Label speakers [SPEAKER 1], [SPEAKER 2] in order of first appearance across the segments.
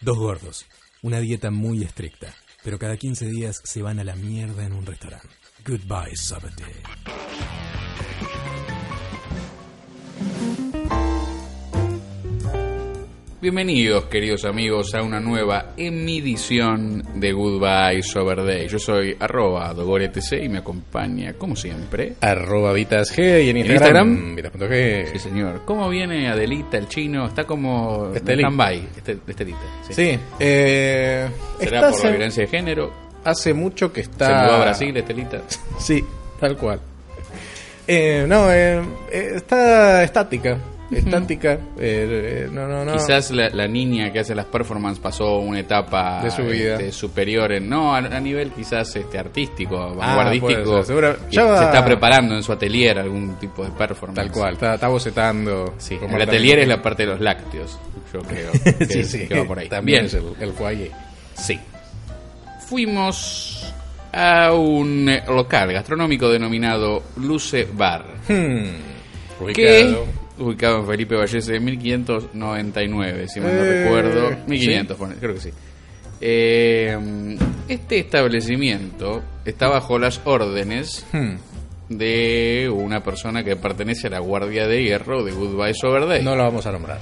[SPEAKER 1] Dos gordos, una dieta muy estricta, pero cada 15 días se van a la mierda en un restaurante. Goodbye, Sabatee.
[SPEAKER 2] Bienvenidos, queridos amigos, a una nueva emisión de Goodbye Sober Day. Yo soy arroba dogoretc y me acompaña, como siempre.
[SPEAKER 3] Arroba Vitas G y en
[SPEAKER 2] Instagram?
[SPEAKER 3] Instagram, Vitas.g.
[SPEAKER 2] Sí, señor. ¿Cómo viene Adelita, el chino? Está como
[SPEAKER 3] Estelita.
[SPEAKER 2] stand-by. Este- Estelita. Sí.
[SPEAKER 3] Sí, eh,
[SPEAKER 2] ¿Será
[SPEAKER 3] está
[SPEAKER 2] por
[SPEAKER 3] Ah.
[SPEAKER 2] la
[SPEAKER 3] hace-
[SPEAKER 2] violencia de género?
[SPEAKER 3] Hace mucho que está.
[SPEAKER 2] ¿Se mudó a Brasil, Estelita?
[SPEAKER 3] Sí, tal cual. Eh, no, eh, eh, está estática. Estática. eh, eh, no, no, no.
[SPEAKER 2] Quizás la, la niña que hace las performances pasó una etapa
[SPEAKER 3] De su vida.
[SPEAKER 2] este, superior en no a, a nivel quizás este artístico,
[SPEAKER 3] Ah,
[SPEAKER 2] vanguardístico.
[SPEAKER 3] puede ser, seguro-
[SPEAKER 2] y
[SPEAKER 3] ya va-
[SPEAKER 2] se está preparando en su atelier algún tipo de performance.
[SPEAKER 3] Tal cual, está, está bocetando.
[SPEAKER 2] Sí,
[SPEAKER 3] Como
[SPEAKER 2] el
[SPEAKER 3] tal-
[SPEAKER 2] atelier es la parte de los lácteos, yo creo. Que,
[SPEAKER 3] sí, sí,
[SPEAKER 2] que va por ahí.
[SPEAKER 3] También
[SPEAKER 2] También.
[SPEAKER 3] es el, el foyer.
[SPEAKER 2] Sí. Fuimos a un eh, local gastronómico denominado Luce Bar.
[SPEAKER 3] Hmm,
[SPEAKER 2] que
[SPEAKER 3] ubicado.
[SPEAKER 2] ubicado en Felipe Vallese de 1599, si mal no
[SPEAKER 3] Eh,
[SPEAKER 2] recuerdo.
[SPEAKER 3] ¿sí?
[SPEAKER 2] 1500, pone, creo que sí. Eh, este establecimiento está bajo las órdenes
[SPEAKER 3] Hmm,
[SPEAKER 2] de una persona que pertenece a la Guardia de Hierro de Goodbye Sober Day.
[SPEAKER 3] No lo vamos a nombrar.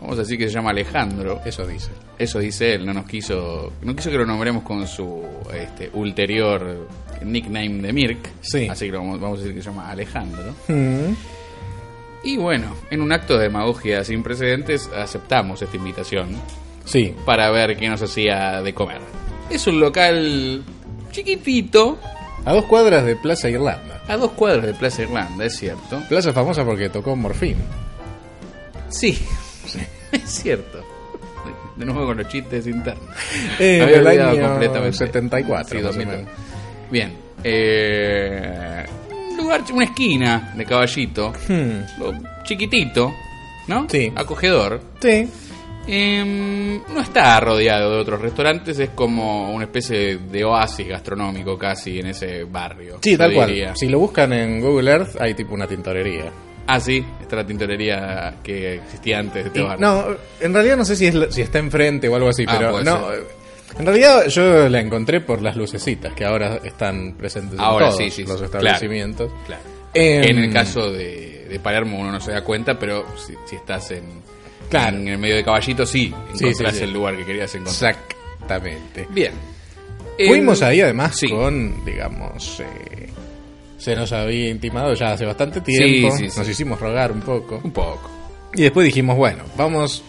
[SPEAKER 2] Vamos a decir que se llama Alejandro.
[SPEAKER 3] Eso dice.
[SPEAKER 2] Eso dice él, no nos quiso, no quiso que lo nombremos con su este, ulterior nickname de Mirk.
[SPEAKER 3] Sí.
[SPEAKER 2] Así que lo vamos, vamos a decir que se llama Alejandro.
[SPEAKER 3] Hmm,
[SPEAKER 2] Y bueno, en un acto de demagogia sin precedentes, aceptamos esta invitación
[SPEAKER 3] Sí.
[SPEAKER 2] para ver qué nos hacía de comer. Es un local chiquitito,
[SPEAKER 3] A dos cuadras de Plaza Irlanda.
[SPEAKER 2] a dos cuadros de Plaza Irlanda, es cierto.
[SPEAKER 3] Plaza famosa porque tocó Morfín.
[SPEAKER 2] Sí, es cierto. De nuevo con los chistes internos.
[SPEAKER 3] Eh,
[SPEAKER 2] Había
[SPEAKER 3] del
[SPEAKER 2] olvidado
[SPEAKER 3] año
[SPEAKER 2] completamente.
[SPEAKER 3] 74,
[SPEAKER 2] Sí,
[SPEAKER 3] más o
[SPEAKER 2] 2000.
[SPEAKER 3] menos.
[SPEAKER 2] Bien. eh, un lugar, una esquina de caballito.
[SPEAKER 3] Hmm.
[SPEAKER 2] lo- Chiquitito, ¿no?
[SPEAKER 3] Sí.
[SPEAKER 2] Acogedor.
[SPEAKER 3] Sí.
[SPEAKER 2] Em, no está rodeado de otros restaurantes, es como una especie de oasis gastronómico casi en ese barrio.
[SPEAKER 3] Sí,
[SPEAKER 2] yo
[SPEAKER 3] tal
[SPEAKER 2] diría.
[SPEAKER 3] cual. Si lo buscan en Google Earth, hay tipo una tintorería.
[SPEAKER 2] Ah, sí, está la tintorería que existía antes de este
[SPEAKER 3] Y-
[SPEAKER 2] barrio.
[SPEAKER 3] no, en realidad no sé si, es la- si está enfrente o algo así,
[SPEAKER 2] Ah,
[SPEAKER 3] pero
[SPEAKER 2] puede
[SPEAKER 3] no.
[SPEAKER 2] ser.
[SPEAKER 3] En realidad yo la encontré por las lucecitas que ahora están presentes
[SPEAKER 2] Ahora
[SPEAKER 3] en todos
[SPEAKER 2] sí, sí,
[SPEAKER 3] los
[SPEAKER 2] sí,
[SPEAKER 3] establecimientos.
[SPEAKER 2] Claro.
[SPEAKER 3] Em,
[SPEAKER 2] En el caso de, de Palermo uno no se da cuenta, pero si, si estás en,
[SPEAKER 3] Claro.
[SPEAKER 2] en el medio de caballito, sí,
[SPEAKER 3] Sí,
[SPEAKER 2] encontrás
[SPEAKER 3] sí, sí.
[SPEAKER 2] el lugar que querías encontrar.
[SPEAKER 3] Exactamente.
[SPEAKER 2] Bien.
[SPEAKER 3] Fuimos
[SPEAKER 2] El-
[SPEAKER 3] ahí además
[SPEAKER 2] Em, Sí.
[SPEAKER 3] con, digamos, eh, se nos había intimado ya hace bastante tiempo,
[SPEAKER 2] Sí, sí, sí.
[SPEAKER 3] nos hicimos rogar un poco.
[SPEAKER 2] Un poco.
[SPEAKER 3] Y después dijimos, bueno, vamos,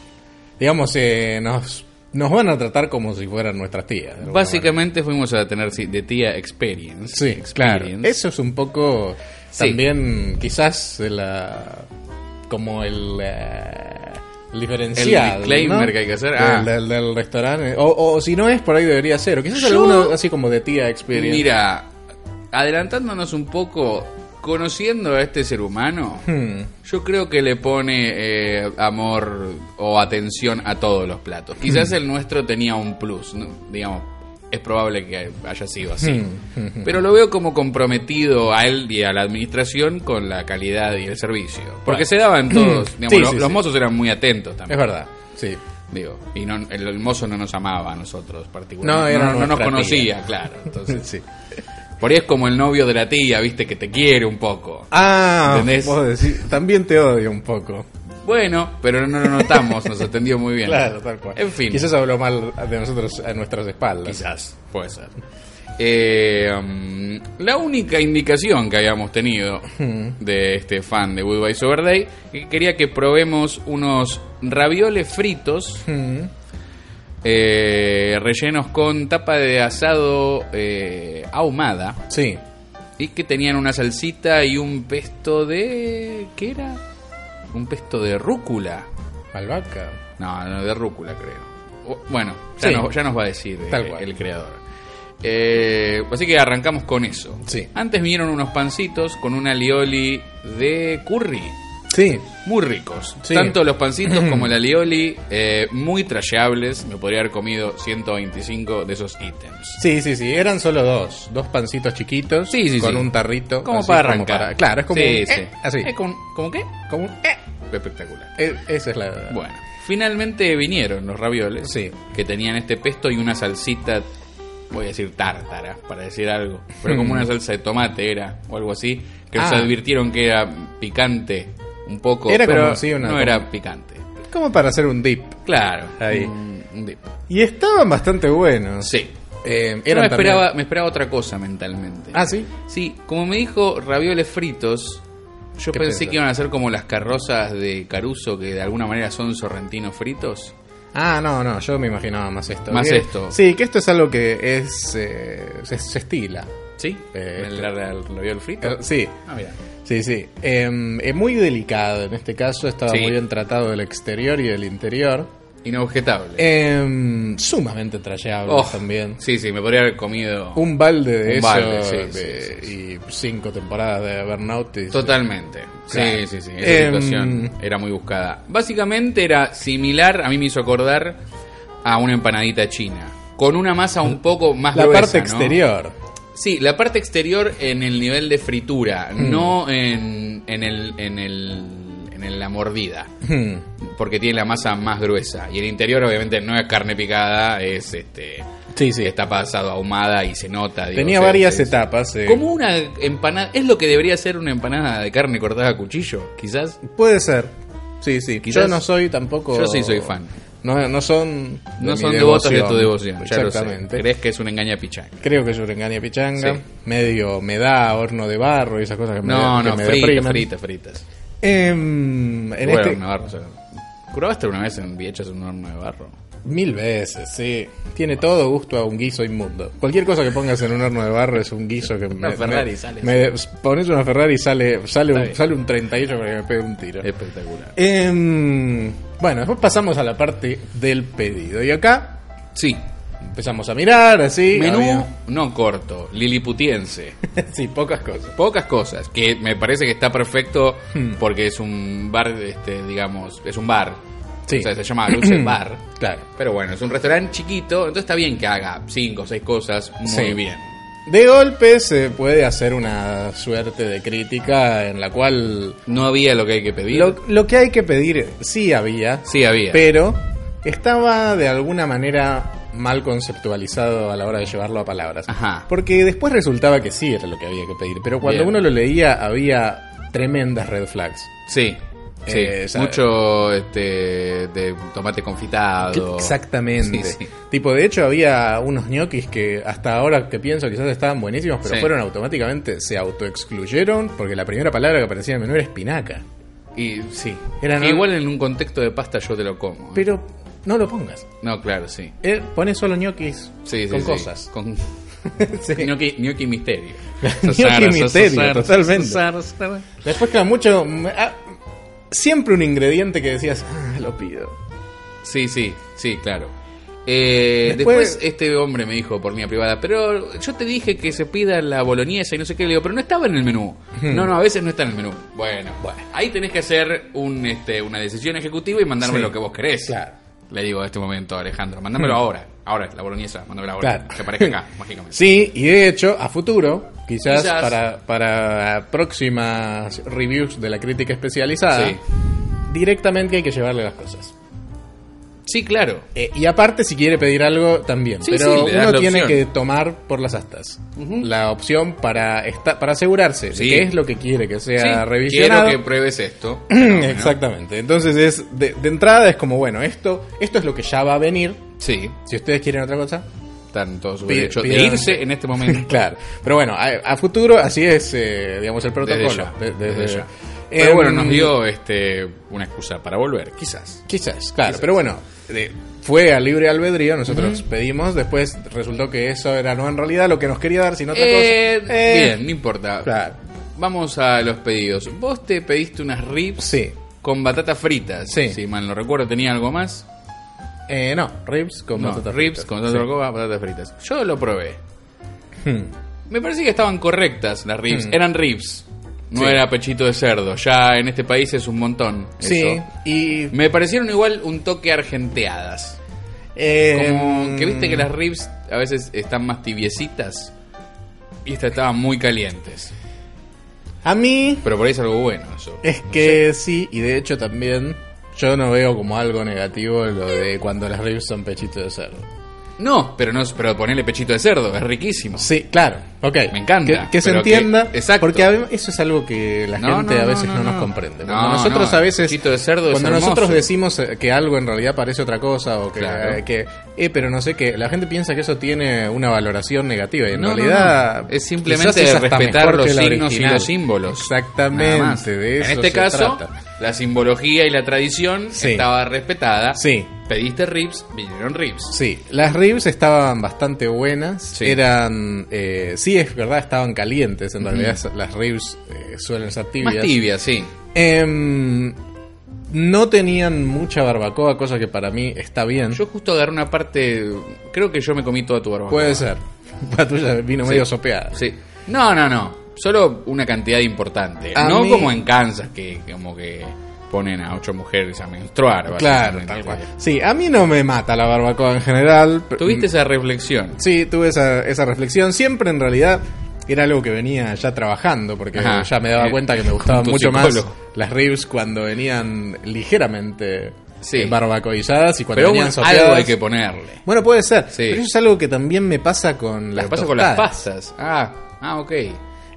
[SPEAKER 3] digamos, eh, nos, nos van a tratar como si fueran nuestras tías. de alguna
[SPEAKER 2] Básicamente fuimos a tener sí, de tía experience.
[SPEAKER 3] Sí, claro.
[SPEAKER 2] Experience.
[SPEAKER 3] Eso es un poco
[SPEAKER 2] Sí.
[SPEAKER 3] también quizás de la como el, eh, el
[SPEAKER 2] El
[SPEAKER 3] diferencial,
[SPEAKER 2] disclaimer
[SPEAKER 3] ¿no?
[SPEAKER 2] que hay que hacer,
[SPEAKER 3] del,
[SPEAKER 2] ah.
[SPEAKER 3] del- del restaurante. O, o si no es por ahí debería ser. O quizás
[SPEAKER 2] Yo-
[SPEAKER 3] alguno así como de tía experience.
[SPEAKER 2] Mira, adelantándonos un poco, conociendo a este ser humano,
[SPEAKER 3] Hmm.
[SPEAKER 2] yo creo que le pone eh, amor o atención a todos los platos.
[SPEAKER 3] Mm.
[SPEAKER 2] Quizás el nuestro tenía un plus, ¿no? digamos, es probable que haya sido así.
[SPEAKER 3] Mm. hmm,
[SPEAKER 2] Pero lo veo como comprometido a él y a la administración con la calidad y el servicio. Porque
[SPEAKER 3] Bueno. Mm.
[SPEAKER 2] se daban todos, digamos,
[SPEAKER 3] Sí,
[SPEAKER 2] lo-
[SPEAKER 3] sí,
[SPEAKER 2] los
[SPEAKER 3] sí.
[SPEAKER 2] mozos eran muy atentos
[SPEAKER 3] Es
[SPEAKER 2] también.
[SPEAKER 3] verdad. Sí.
[SPEAKER 2] Digo, y no, el, el mozo no nos amaba a nosotros particularmente.
[SPEAKER 3] No, era
[SPEAKER 2] no, no nos
[SPEAKER 3] nuestra
[SPEAKER 2] conocía,
[SPEAKER 3] tía.
[SPEAKER 2] claro. Entonces,
[SPEAKER 3] sí.
[SPEAKER 2] por ahí es como el novio de la tía, viste, que te quiere un poco.
[SPEAKER 3] Ah,
[SPEAKER 2] ¿Entendés?
[SPEAKER 3] vos decís, también te odio un poco.
[SPEAKER 2] Bueno, pero no lo notamos, nos atendió muy bien.
[SPEAKER 3] Claro, tal cual.
[SPEAKER 2] En fin,
[SPEAKER 3] Quizás habló mal de nosotros a nuestras espaldas.
[SPEAKER 2] quizás, puede ser. Eh, mm, la única indicación que habíamos tenido de este fan de Goodbye Sober Day que quería que probemos unos ravioles fritos
[SPEAKER 3] Hmm.
[SPEAKER 2] eh, rellenos con tapa de asado eh, ahumada
[SPEAKER 3] Sí.
[SPEAKER 2] y que tenían una salsita y un pesto de... ¿qué era? Un pesto de rúcula.
[SPEAKER 3] Albahaca.
[SPEAKER 2] No, no, de rúcula creo. O- Bueno, ya,
[SPEAKER 3] Sí.
[SPEAKER 2] nos, ya nos va a decir eh,
[SPEAKER 3] Tal cual.
[SPEAKER 2] el creador. Eh, así que arrancamos con eso.
[SPEAKER 3] Sí.
[SPEAKER 2] Antes vinieron unos pancitos con un alioli de curry.
[SPEAKER 3] Sí.
[SPEAKER 2] Muy ricos.
[SPEAKER 3] Sí.
[SPEAKER 2] Tanto los pancitos como el alioli, eh, muy trasheables. Me podría haber comido 125 de esos ítems.
[SPEAKER 3] Sí, sí, sí, eran solo dos, dos pancitos chiquitos
[SPEAKER 2] Sí, sí,
[SPEAKER 3] con
[SPEAKER 2] sí.
[SPEAKER 3] un tarrito.
[SPEAKER 2] Como
[SPEAKER 3] así
[SPEAKER 2] para arrancar.
[SPEAKER 3] para- claro, es como
[SPEAKER 2] Sí,
[SPEAKER 3] un,
[SPEAKER 2] sí.
[SPEAKER 3] eh, así.
[SPEAKER 2] Es con- ¿Cómo qué?
[SPEAKER 3] Como un, eh,
[SPEAKER 2] Espectacular.
[SPEAKER 3] eh, esa es la
[SPEAKER 2] Bueno. Finalmente vinieron los ravioles,
[SPEAKER 3] Sí.
[SPEAKER 2] que tenían este pesto y una salsita, voy a decir tártara, para decir algo, pero como una salsa de tomate era, o algo así, que nos
[SPEAKER 3] Hmm. Ah.
[SPEAKER 2] advirtieron que era picante un poco,
[SPEAKER 3] Era
[SPEAKER 2] pero
[SPEAKER 3] como, sí, una-
[SPEAKER 2] no
[SPEAKER 3] como-
[SPEAKER 2] era picante.
[SPEAKER 3] Como para hacer un dip.
[SPEAKER 2] Claro,
[SPEAKER 3] Ahí.
[SPEAKER 2] un- un dip.
[SPEAKER 3] Y estaban bastante buenos.
[SPEAKER 2] Sí.
[SPEAKER 3] Eh,
[SPEAKER 2] Yo
[SPEAKER 3] eran
[SPEAKER 2] me
[SPEAKER 3] también-
[SPEAKER 2] esperaba, me esperaba otra cosa mentalmente.
[SPEAKER 3] Ah, sí.
[SPEAKER 2] Sí, como me dijo ravioles fritos, yo
[SPEAKER 3] ¿Qué
[SPEAKER 2] pensé
[SPEAKER 3] pensás?
[SPEAKER 2] que iban a ser como las carrozas de Caruso, que de alguna manera son sorrentinos fritos.
[SPEAKER 3] Ah, no, no, yo me imaginaba más esto.
[SPEAKER 2] Más
[SPEAKER 3] Que-
[SPEAKER 2] esto.
[SPEAKER 3] Sí, que esto es algo que es eh, se, se estila.
[SPEAKER 2] ¿Sí?
[SPEAKER 3] Eh,
[SPEAKER 2] el, el raviol frito.
[SPEAKER 3] Eh, sí,
[SPEAKER 2] Ah, mira.
[SPEAKER 3] sí, sí. Em, es muy delicado en este caso, estaba
[SPEAKER 2] Sí.
[SPEAKER 3] muy bien tratado el exterior y el interior.
[SPEAKER 2] Inobjetable.
[SPEAKER 3] Em, sumamente trayable
[SPEAKER 2] Eh, Oh,
[SPEAKER 3] también.
[SPEAKER 2] Sí, sí, me podría haber comido
[SPEAKER 3] Un balde de
[SPEAKER 2] Un
[SPEAKER 3] eso
[SPEAKER 2] balde, sí,
[SPEAKER 3] eh,
[SPEAKER 2] sí,
[SPEAKER 3] y cinco temporadas de Burnout. y-
[SPEAKER 2] totalmente.
[SPEAKER 3] Claro.
[SPEAKER 2] Sí, sí, sí. Esa
[SPEAKER 3] Em,
[SPEAKER 2] situación era muy buscada. Básicamente era similar, a mí me hizo acordar a una empanadita china. Con una masa un poco más
[SPEAKER 3] La
[SPEAKER 2] gruesa,
[SPEAKER 3] parte
[SPEAKER 2] ¿no?
[SPEAKER 3] exterior.
[SPEAKER 2] Sí, la parte exterior en el nivel de fritura,
[SPEAKER 3] Mm.
[SPEAKER 2] no en, en, el, en, el, en el- la mordida,
[SPEAKER 3] Hmm.
[SPEAKER 2] porque tiene la masa más gruesa. Y el interior obviamente no es carne picada, es este
[SPEAKER 3] Sí, sí.
[SPEAKER 2] está pasado ahumada y se nota. digo,
[SPEAKER 3] Tenía
[SPEAKER 2] se-
[SPEAKER 3] varias
[SPEAKER 2] se-
[SPEAKER 3] etapas. eh.
[SPEAKER 2] Como una empanada, es lo que debería ser una empanada de carne cortada a cuchillo, quizás.
[SPEAKER 3] Puede ser. Sí, sí.
[SPEAKER 2] Quizás-
[SPEAKER 3] yo no soy tampoco.
[SPEAKER 2] Yo sí soy fan.
[SPEAKER 3] No, no son. de
[SPEAKER 2] No
[SPEAKER 3] mi
[SPEAKER 2] son devotos de tu devoción, ya lo sé.
[SPEAKER 3] Exactamente.
[SPEAKER 2] Crees que es una engaña pichanga.
[SPEAKER 3] Creo que es una engaña pichanga.
[SPEAKER 2] Sí.
[SPEAKER 3] Medio me da horno de barro y esas cosas que me,
[SPEAKER 2] No,
[SPEAKER 3] que
[SPEAKER 2] no,
[SPEAKER 3] me
[SPEAKER 2] fritas,
[SPEAKER 3] deprimen.
[SPEAKER 2] fritas, fritas.
[SPEAKER 3] Em, en
[SPEAKER 2] Bueno,
[SPEAKER 3] este,
[SPEAKER 2] no, barro, o sea, ¿Probaste una vez en Viechas un horno de barro?
[SPEAKER 3] Mil veces, sí. Tiene todo gusto a un guiso inmundo. Cualquier cosa que pongas en un horno de barro es un guiso que
[SPEAKER 2] Una Ferrari sale.
[SPEAKER 3] me- pones una Ferrari y sale, sale,
[SPEAKER 2] Está
[SPEAKER 3] un,
[SPEAKER 2] bien. Eh.
[SPEAKER 3] sale un 38 para que me pegue un tiro.
[SPEAKER 2] Espectacular.
[SPEAKER 3] Em, bueno, después pasamos a la parte del pedido. Y acá
[SPEAKER 2] Sí.
[SPEAKER 3] empezamos a mirar, así.
[SPEAKER 2] Menú
[SPEAKER 3] había-
[SPEAKER 2] no corto, liliputiense.
[SPEAKER 3] sí, pocas cosas.
[SPEAKER 2] Pocas cosas, que me parece que está perfecto
[SPEAKER 3] Hmm.
[SPEAKER 2] porque es un bar, este, digamos, es un bar.
[SPEAKER 3] Sí. Hmm.
[SPEAKER 2] O sea, se llama Luce Bar.
[SPEAKER 3] Claro.
[SPEAKER 2] Pero bueno, es un restaurante chiquito, entonces está bien que haga cinco o seis cosas muy
[SPEAKER 3] Sí.
[SPEAKER 2] bien.
[SPEAKER 3] De golpe se puede hacer una suerte de crítica en la cual
[SPEAKER 2] No había lo que hay que pedir.
[SPEAKER 3] lo, lo que hay que pedir sí había,
[SPEAKER 2] Sí había.
[SPEAKER 3] pero estaba de alguna manera mal conceptualizado a la hora de llevarlo a palabras.
[SPEAKER 2] Ajá.
[SPEAKER 3] Porque después resultaba que sí era lo que había que pedir, pero cuando
[SPEAKER 2] Bien.
[SPEAKER 3] uno lo leía había tremendas red flags.
[SPEAKER 2] Sí. Sí,
[SPEAKER 3] Eh, sabe-
[SPEAKER 2] mucho este, de tomate confitado.
[SPEAKER 3] Exactamente.
[SPEAKER 2] Sí, sí.
[SPEAKER 3] Tipo, de hecho había unos ñoquis que hasta ahora que pienso quizás estaban buenísimos, pero
[SPEAKER 2] Sí.
[SPEAKER 3] fueron automáticamente, se autoexcluyeron porque la primera palabra que aparecía en el menú era espinaca.
[SPEAKER 2] Y sí.
[SPEAKER 3] Era, ¿no?
[SPEAKER 2] Igual en un contexto de pasta yo te lo como. ¿eh?
[SPEAKER 3] Pero no lo pongas.
[SPEAKER 2] No, claro, sí.
[SPEAKER 3] Eh, pones solo ñoquis
[SPEAKER 2] Sí, sí,
[SPEAKER 3] con
[SPEAKER 2] sí.
[SPEAKER 3] cosas.
[SPEAKER 2] Con
[SPEAKER 3] Sí.
[SPEAKER 2] gnocchi, gnocchi misterio.
[SPEAKER 3] Gnocchi misterio, totalmente. Después queda mucho... mm, ah, siempre un ingrediente que decías, "Ah, lo pido.
[SPEAKER 2] Sí, sí, sí, claro. Eh,
[SPEAKER 3] Después-
[SPEAKER 2] después... este hombre me dijo por mía privada, pero yo te dije que se pida la boloñesa y no sé qué, le digo, pero no estaba en el menú. No, no, a veces no está en el menú. Bueno, bueno. ahí tenés que hacer un, este, una decisión ejecutiva y mandarme
[SPEAKER 3] Sí,
[SPEAKER 2] lo que vos querés.
[SPEAKER 3] claro.
[SPEAKER 2] Le digo a este momento, Alejandro, mándamelo ahora. Ahora, la boloñesa, mándamela ahora.
[SPEAKER 3] Claro.
[SPEAKER 2] Que aparezca acá, mágicamente.
[SPEAKER 3] Sí, y de hecho, a futuro, quizás,
[SPEAKER 2] Quizás.
[SPEAKER 3] Para, para próximas reviews de la crítica especializada,
[SPEAKER 2] Sí.
[SPEAKER 3] directamente hay que llevarle las cosas.
[SPEAKER 2] Sí, claro.
[SPEAKER 3] Eh, y aparte, si quiere pedir algo, también.
[SPEAKER 2] Sí,
[SPEAKER 3] pero
[SPEAKER 2] sí, le das
[SPEAKER 3] uno
[SPEAKER 2] la
[SPEAKER 3] tiene
[SPEAKER 2] opción.
[SPEAKER 3] que tomar por las astas la opción para, esta- para asegurarse de
[SPEAKER 2] Sí.
[SPEAKER 3] qué es lo que quiere que sea
[SPEAKER 2] Sí,
[SPEAKER 3] revisionado.
[SPEAKER 2] Quiero que pruebes esto.
[SPEAKER 3] Exactamente. Entonces, es de, de entrada es como, bueno, esto, esto es lo que ya va a venir.
[SPEAKER 2] Sí,
[SPEAKER 3] Si ustedes quieren otra cosa,
[SPEAKER 2] están todos
[SPEAKER 3] Pi-
[SPEAKER 2] derechos de
[SPEAKER 3] pidan-
[SPEAKER 2] irse en este momento.
[SPEAKER 3] claro. Pero bueno, a, a futuro así es, eh, digamos, el protocolo.
[SPEAKER 2] Desde ya,
[SPEAKER 3] De- desde
[SPEAKER 2] desde
[SPEAKER 3] ya.
[SPEAKER 2] ya. Pero
[SPEAKER 3] Em,
[SPEAKER 2] bueno, nos dio este, una excusa para volver, quizás.
[SPEAKER 3] Quizás, claro. Pero bueno, de- fue a libre albedrío, nosotros pedimos, después resultó que eso era no en realidad lo que nos quería dar, sino otra
[SPEAKER 2] Eh,
[SPEAKER 3] cosa. Eh,
[SPEAKER 2] bien, no importa.
[SPEAKER 3] Claro.
[SPEAKER 2] Vamos a los pedidos. Vos te pediste unas ribs
[SPEAKER 3] Sí.
[SPEAKER 2] con batatas fritas.
[SPEAKER 3] Sí.
[SPEAKER 2] Si mal no recuerdo, tenía algo más.
[SPEAKER 3] Eh, no, ribs con
[SPEAKER 2] No,
[SPEAKER 3] batata
[SPEAKER 2] ribs
[SPEAKER 3] frita.
[SPEAKER 2] con batata coba, batatas fritas. Yo lo probé.
[SPEAKER 3] Hmm.
[SPEAKER 2] Me parece que estaban correctas las ribs. Eran ribs. No
[SPEAKER 3] Mm. Sí.
[SPEAKER 2] era pechito de cerdo. Ya en este país es un montón.
[SPEAKER 3] Sí,
[SPEAKER 2] eso.
[SPEAKER 3] y...
[SPEAKER 2] Me parecieron igual un toque argenteadas.
[SPEAKER 3] eh,
[SPEAKER 2] Como que viste que las ribs a veces están más tibiecitas y estas estaban muy calientes.
[SPEAKER 3] A mí
[SPEAKER 2] Pero por ahí es algo bueno eso.
[SPEAKER 3] es que sí, y de hecho también Yo no veo como algo negativo lo de cuando las ribs son pechitos de cerdo.
[SPEAKER 2] No, pero no, pero ponele pechito de cerdo, es riquísimo.
[SPEAKER 3] Sí, claro, ok.
[SPEAKER 2] Me encanta,
[SPEAKER 3] Que, que se
[SPEAKER 2] pero que-
[SPEAKER 3] entienda.
[SPEAKER 2] exacto.
[SPEAKER 3] Porque a ve- eso es algo que la
[SPEAKER 2] No,
[SPEAKER 3] gente
[SPEAKER 2] no,
[SPEAKER 3] a
[SPEAKER 2] no,
[SPEAKER 3] veces no,
[SPEAKER 2] no,
[SPEAKER 3] nos
[SPEAKER 2] no.
[SPEAKER 3] comprende.
[SPEAKER 2] No,
[SPEAKER 3] Cuando nosotros
[SPEAKER 2] no,
[SPEAKER 3] a veces.
[SPEAKER 2] pechito de cerdo es
[SPEAKER 3] Cuando nosotros
[SPEAKER 2] hermoso.
[SPEAKER 3] decimos eh, que algo en realidad parece otra cosa o que.
[SPEAKER 2] Claro.
[SPEAKER 3] que, eh, pero no sé qué. La gente piensa que eso tiene una valoración negativa y en
[SPEAKER 2] No, no,
[SPEAKER 3] realidad.
[SPEAKER 2] no. es
[SPEAKER 3] quizás
[SPEAKER 2] simplemente
[SPEAKER 3] es hasta
[SPEAKER 2] respetar
[SPEAKER 3] mejor
[SPEAKER 2] los
[SPEAKER 3] que la
[SPEAKER 2] signos y
[SPEAKER 3] original.
[SPEAKER 2] los símbolos.
[SPEAKER 3] Exactamente,
[SPEAKER 2] Nada más.
[SPEAKER 3] de eso
[SPEAKER 2] En este
[SPEAKER 3] se
[SPEAKER 2] caso,
[SPEAKER 3] trata.
[SPEAKER 2] la simbología y la tradición
[SPEAKER 3] Sí.
[SPEAKER 2] estaba respetada.
[SPEAKER 3] Sí.
[SPEAKER 2] Pediste ribs, vinieron ribs.
[SPEAKER 3] Sí, las ribs estaban bastante buenas.
[SPEAKER 2] Sí.
[SPEAKER 3] Eran. eh, sí, es verdad, estaban calientes. En realidad, las ribs eh, suelen ser tibias.
[SPEAKER 2] Más tibia, sí.
[SPEAKER 3] Em, no tenían mucha barbacoa, cosa que para mí está bien.
[SPEAKER 2] Yo justo agarré una parte. Creo que yo me comí toda tu barbacoa.
[SPEAKER 3] Puede ser. La tuya vino
[SPEAKER 2] Sí.
[SPEAKER 3] medio sopeada.
[SPEAKER 2] Sí. No, no, no. Solo una cantidad importante.
[SPEAKER 3] A
[SPEAKER 2] no
[SPEAKER 3] mí-
[SPEAKER 2] como en Kansas, que como que ponen a ocho mujeres a menstruar.
[SPEAKER 3] Claro,
[SPEAKER 2] básicamente.
[SPEAKER 3] tal cual. Sí, a mí no me mata la barbacoa en general. pero-
[SPEAKER 2] Tuviste esa reflexión.
[SPEAKER 3] Sí, tuve esa, esa reflexión. Siempre en realidad era algo que venía ya trabajando, porque
[SPEAKER 2] Ajá.
[SPEAKER 3] ya me daba
[SPEAKER 2] Eh,
[SPEAKER 3] cuenta que me gustaban
[SPEAKER 2] tu
[SPEAKER 3] mucho
[SPEAKER 2] psicólogo.
[SPEAKER 3] más las ribs cuando venían ligeramente
[SPEAKER 2] Sí.
[SPEAKER 3] eh, barbacoizadas y cuando
[SPEAKER 2] Pero
[SPEAKER 3] venían
[SPEAKER 2] bueno,
[SPEAKER 3] sopeadas.
[SPEAKER 2] algo hay que ponerle.
[SPEAKER 3] Bueno, puede ser.
[SPEAKER 2] Sí.
[SPEAKER 3] Pero eso es algo que también me pasa con las
[SPEAKER 2] Pero pasa con las
[SPEAKER 3] tostadas.
[SPEAKER 2] pasas. Ah, ah, ok.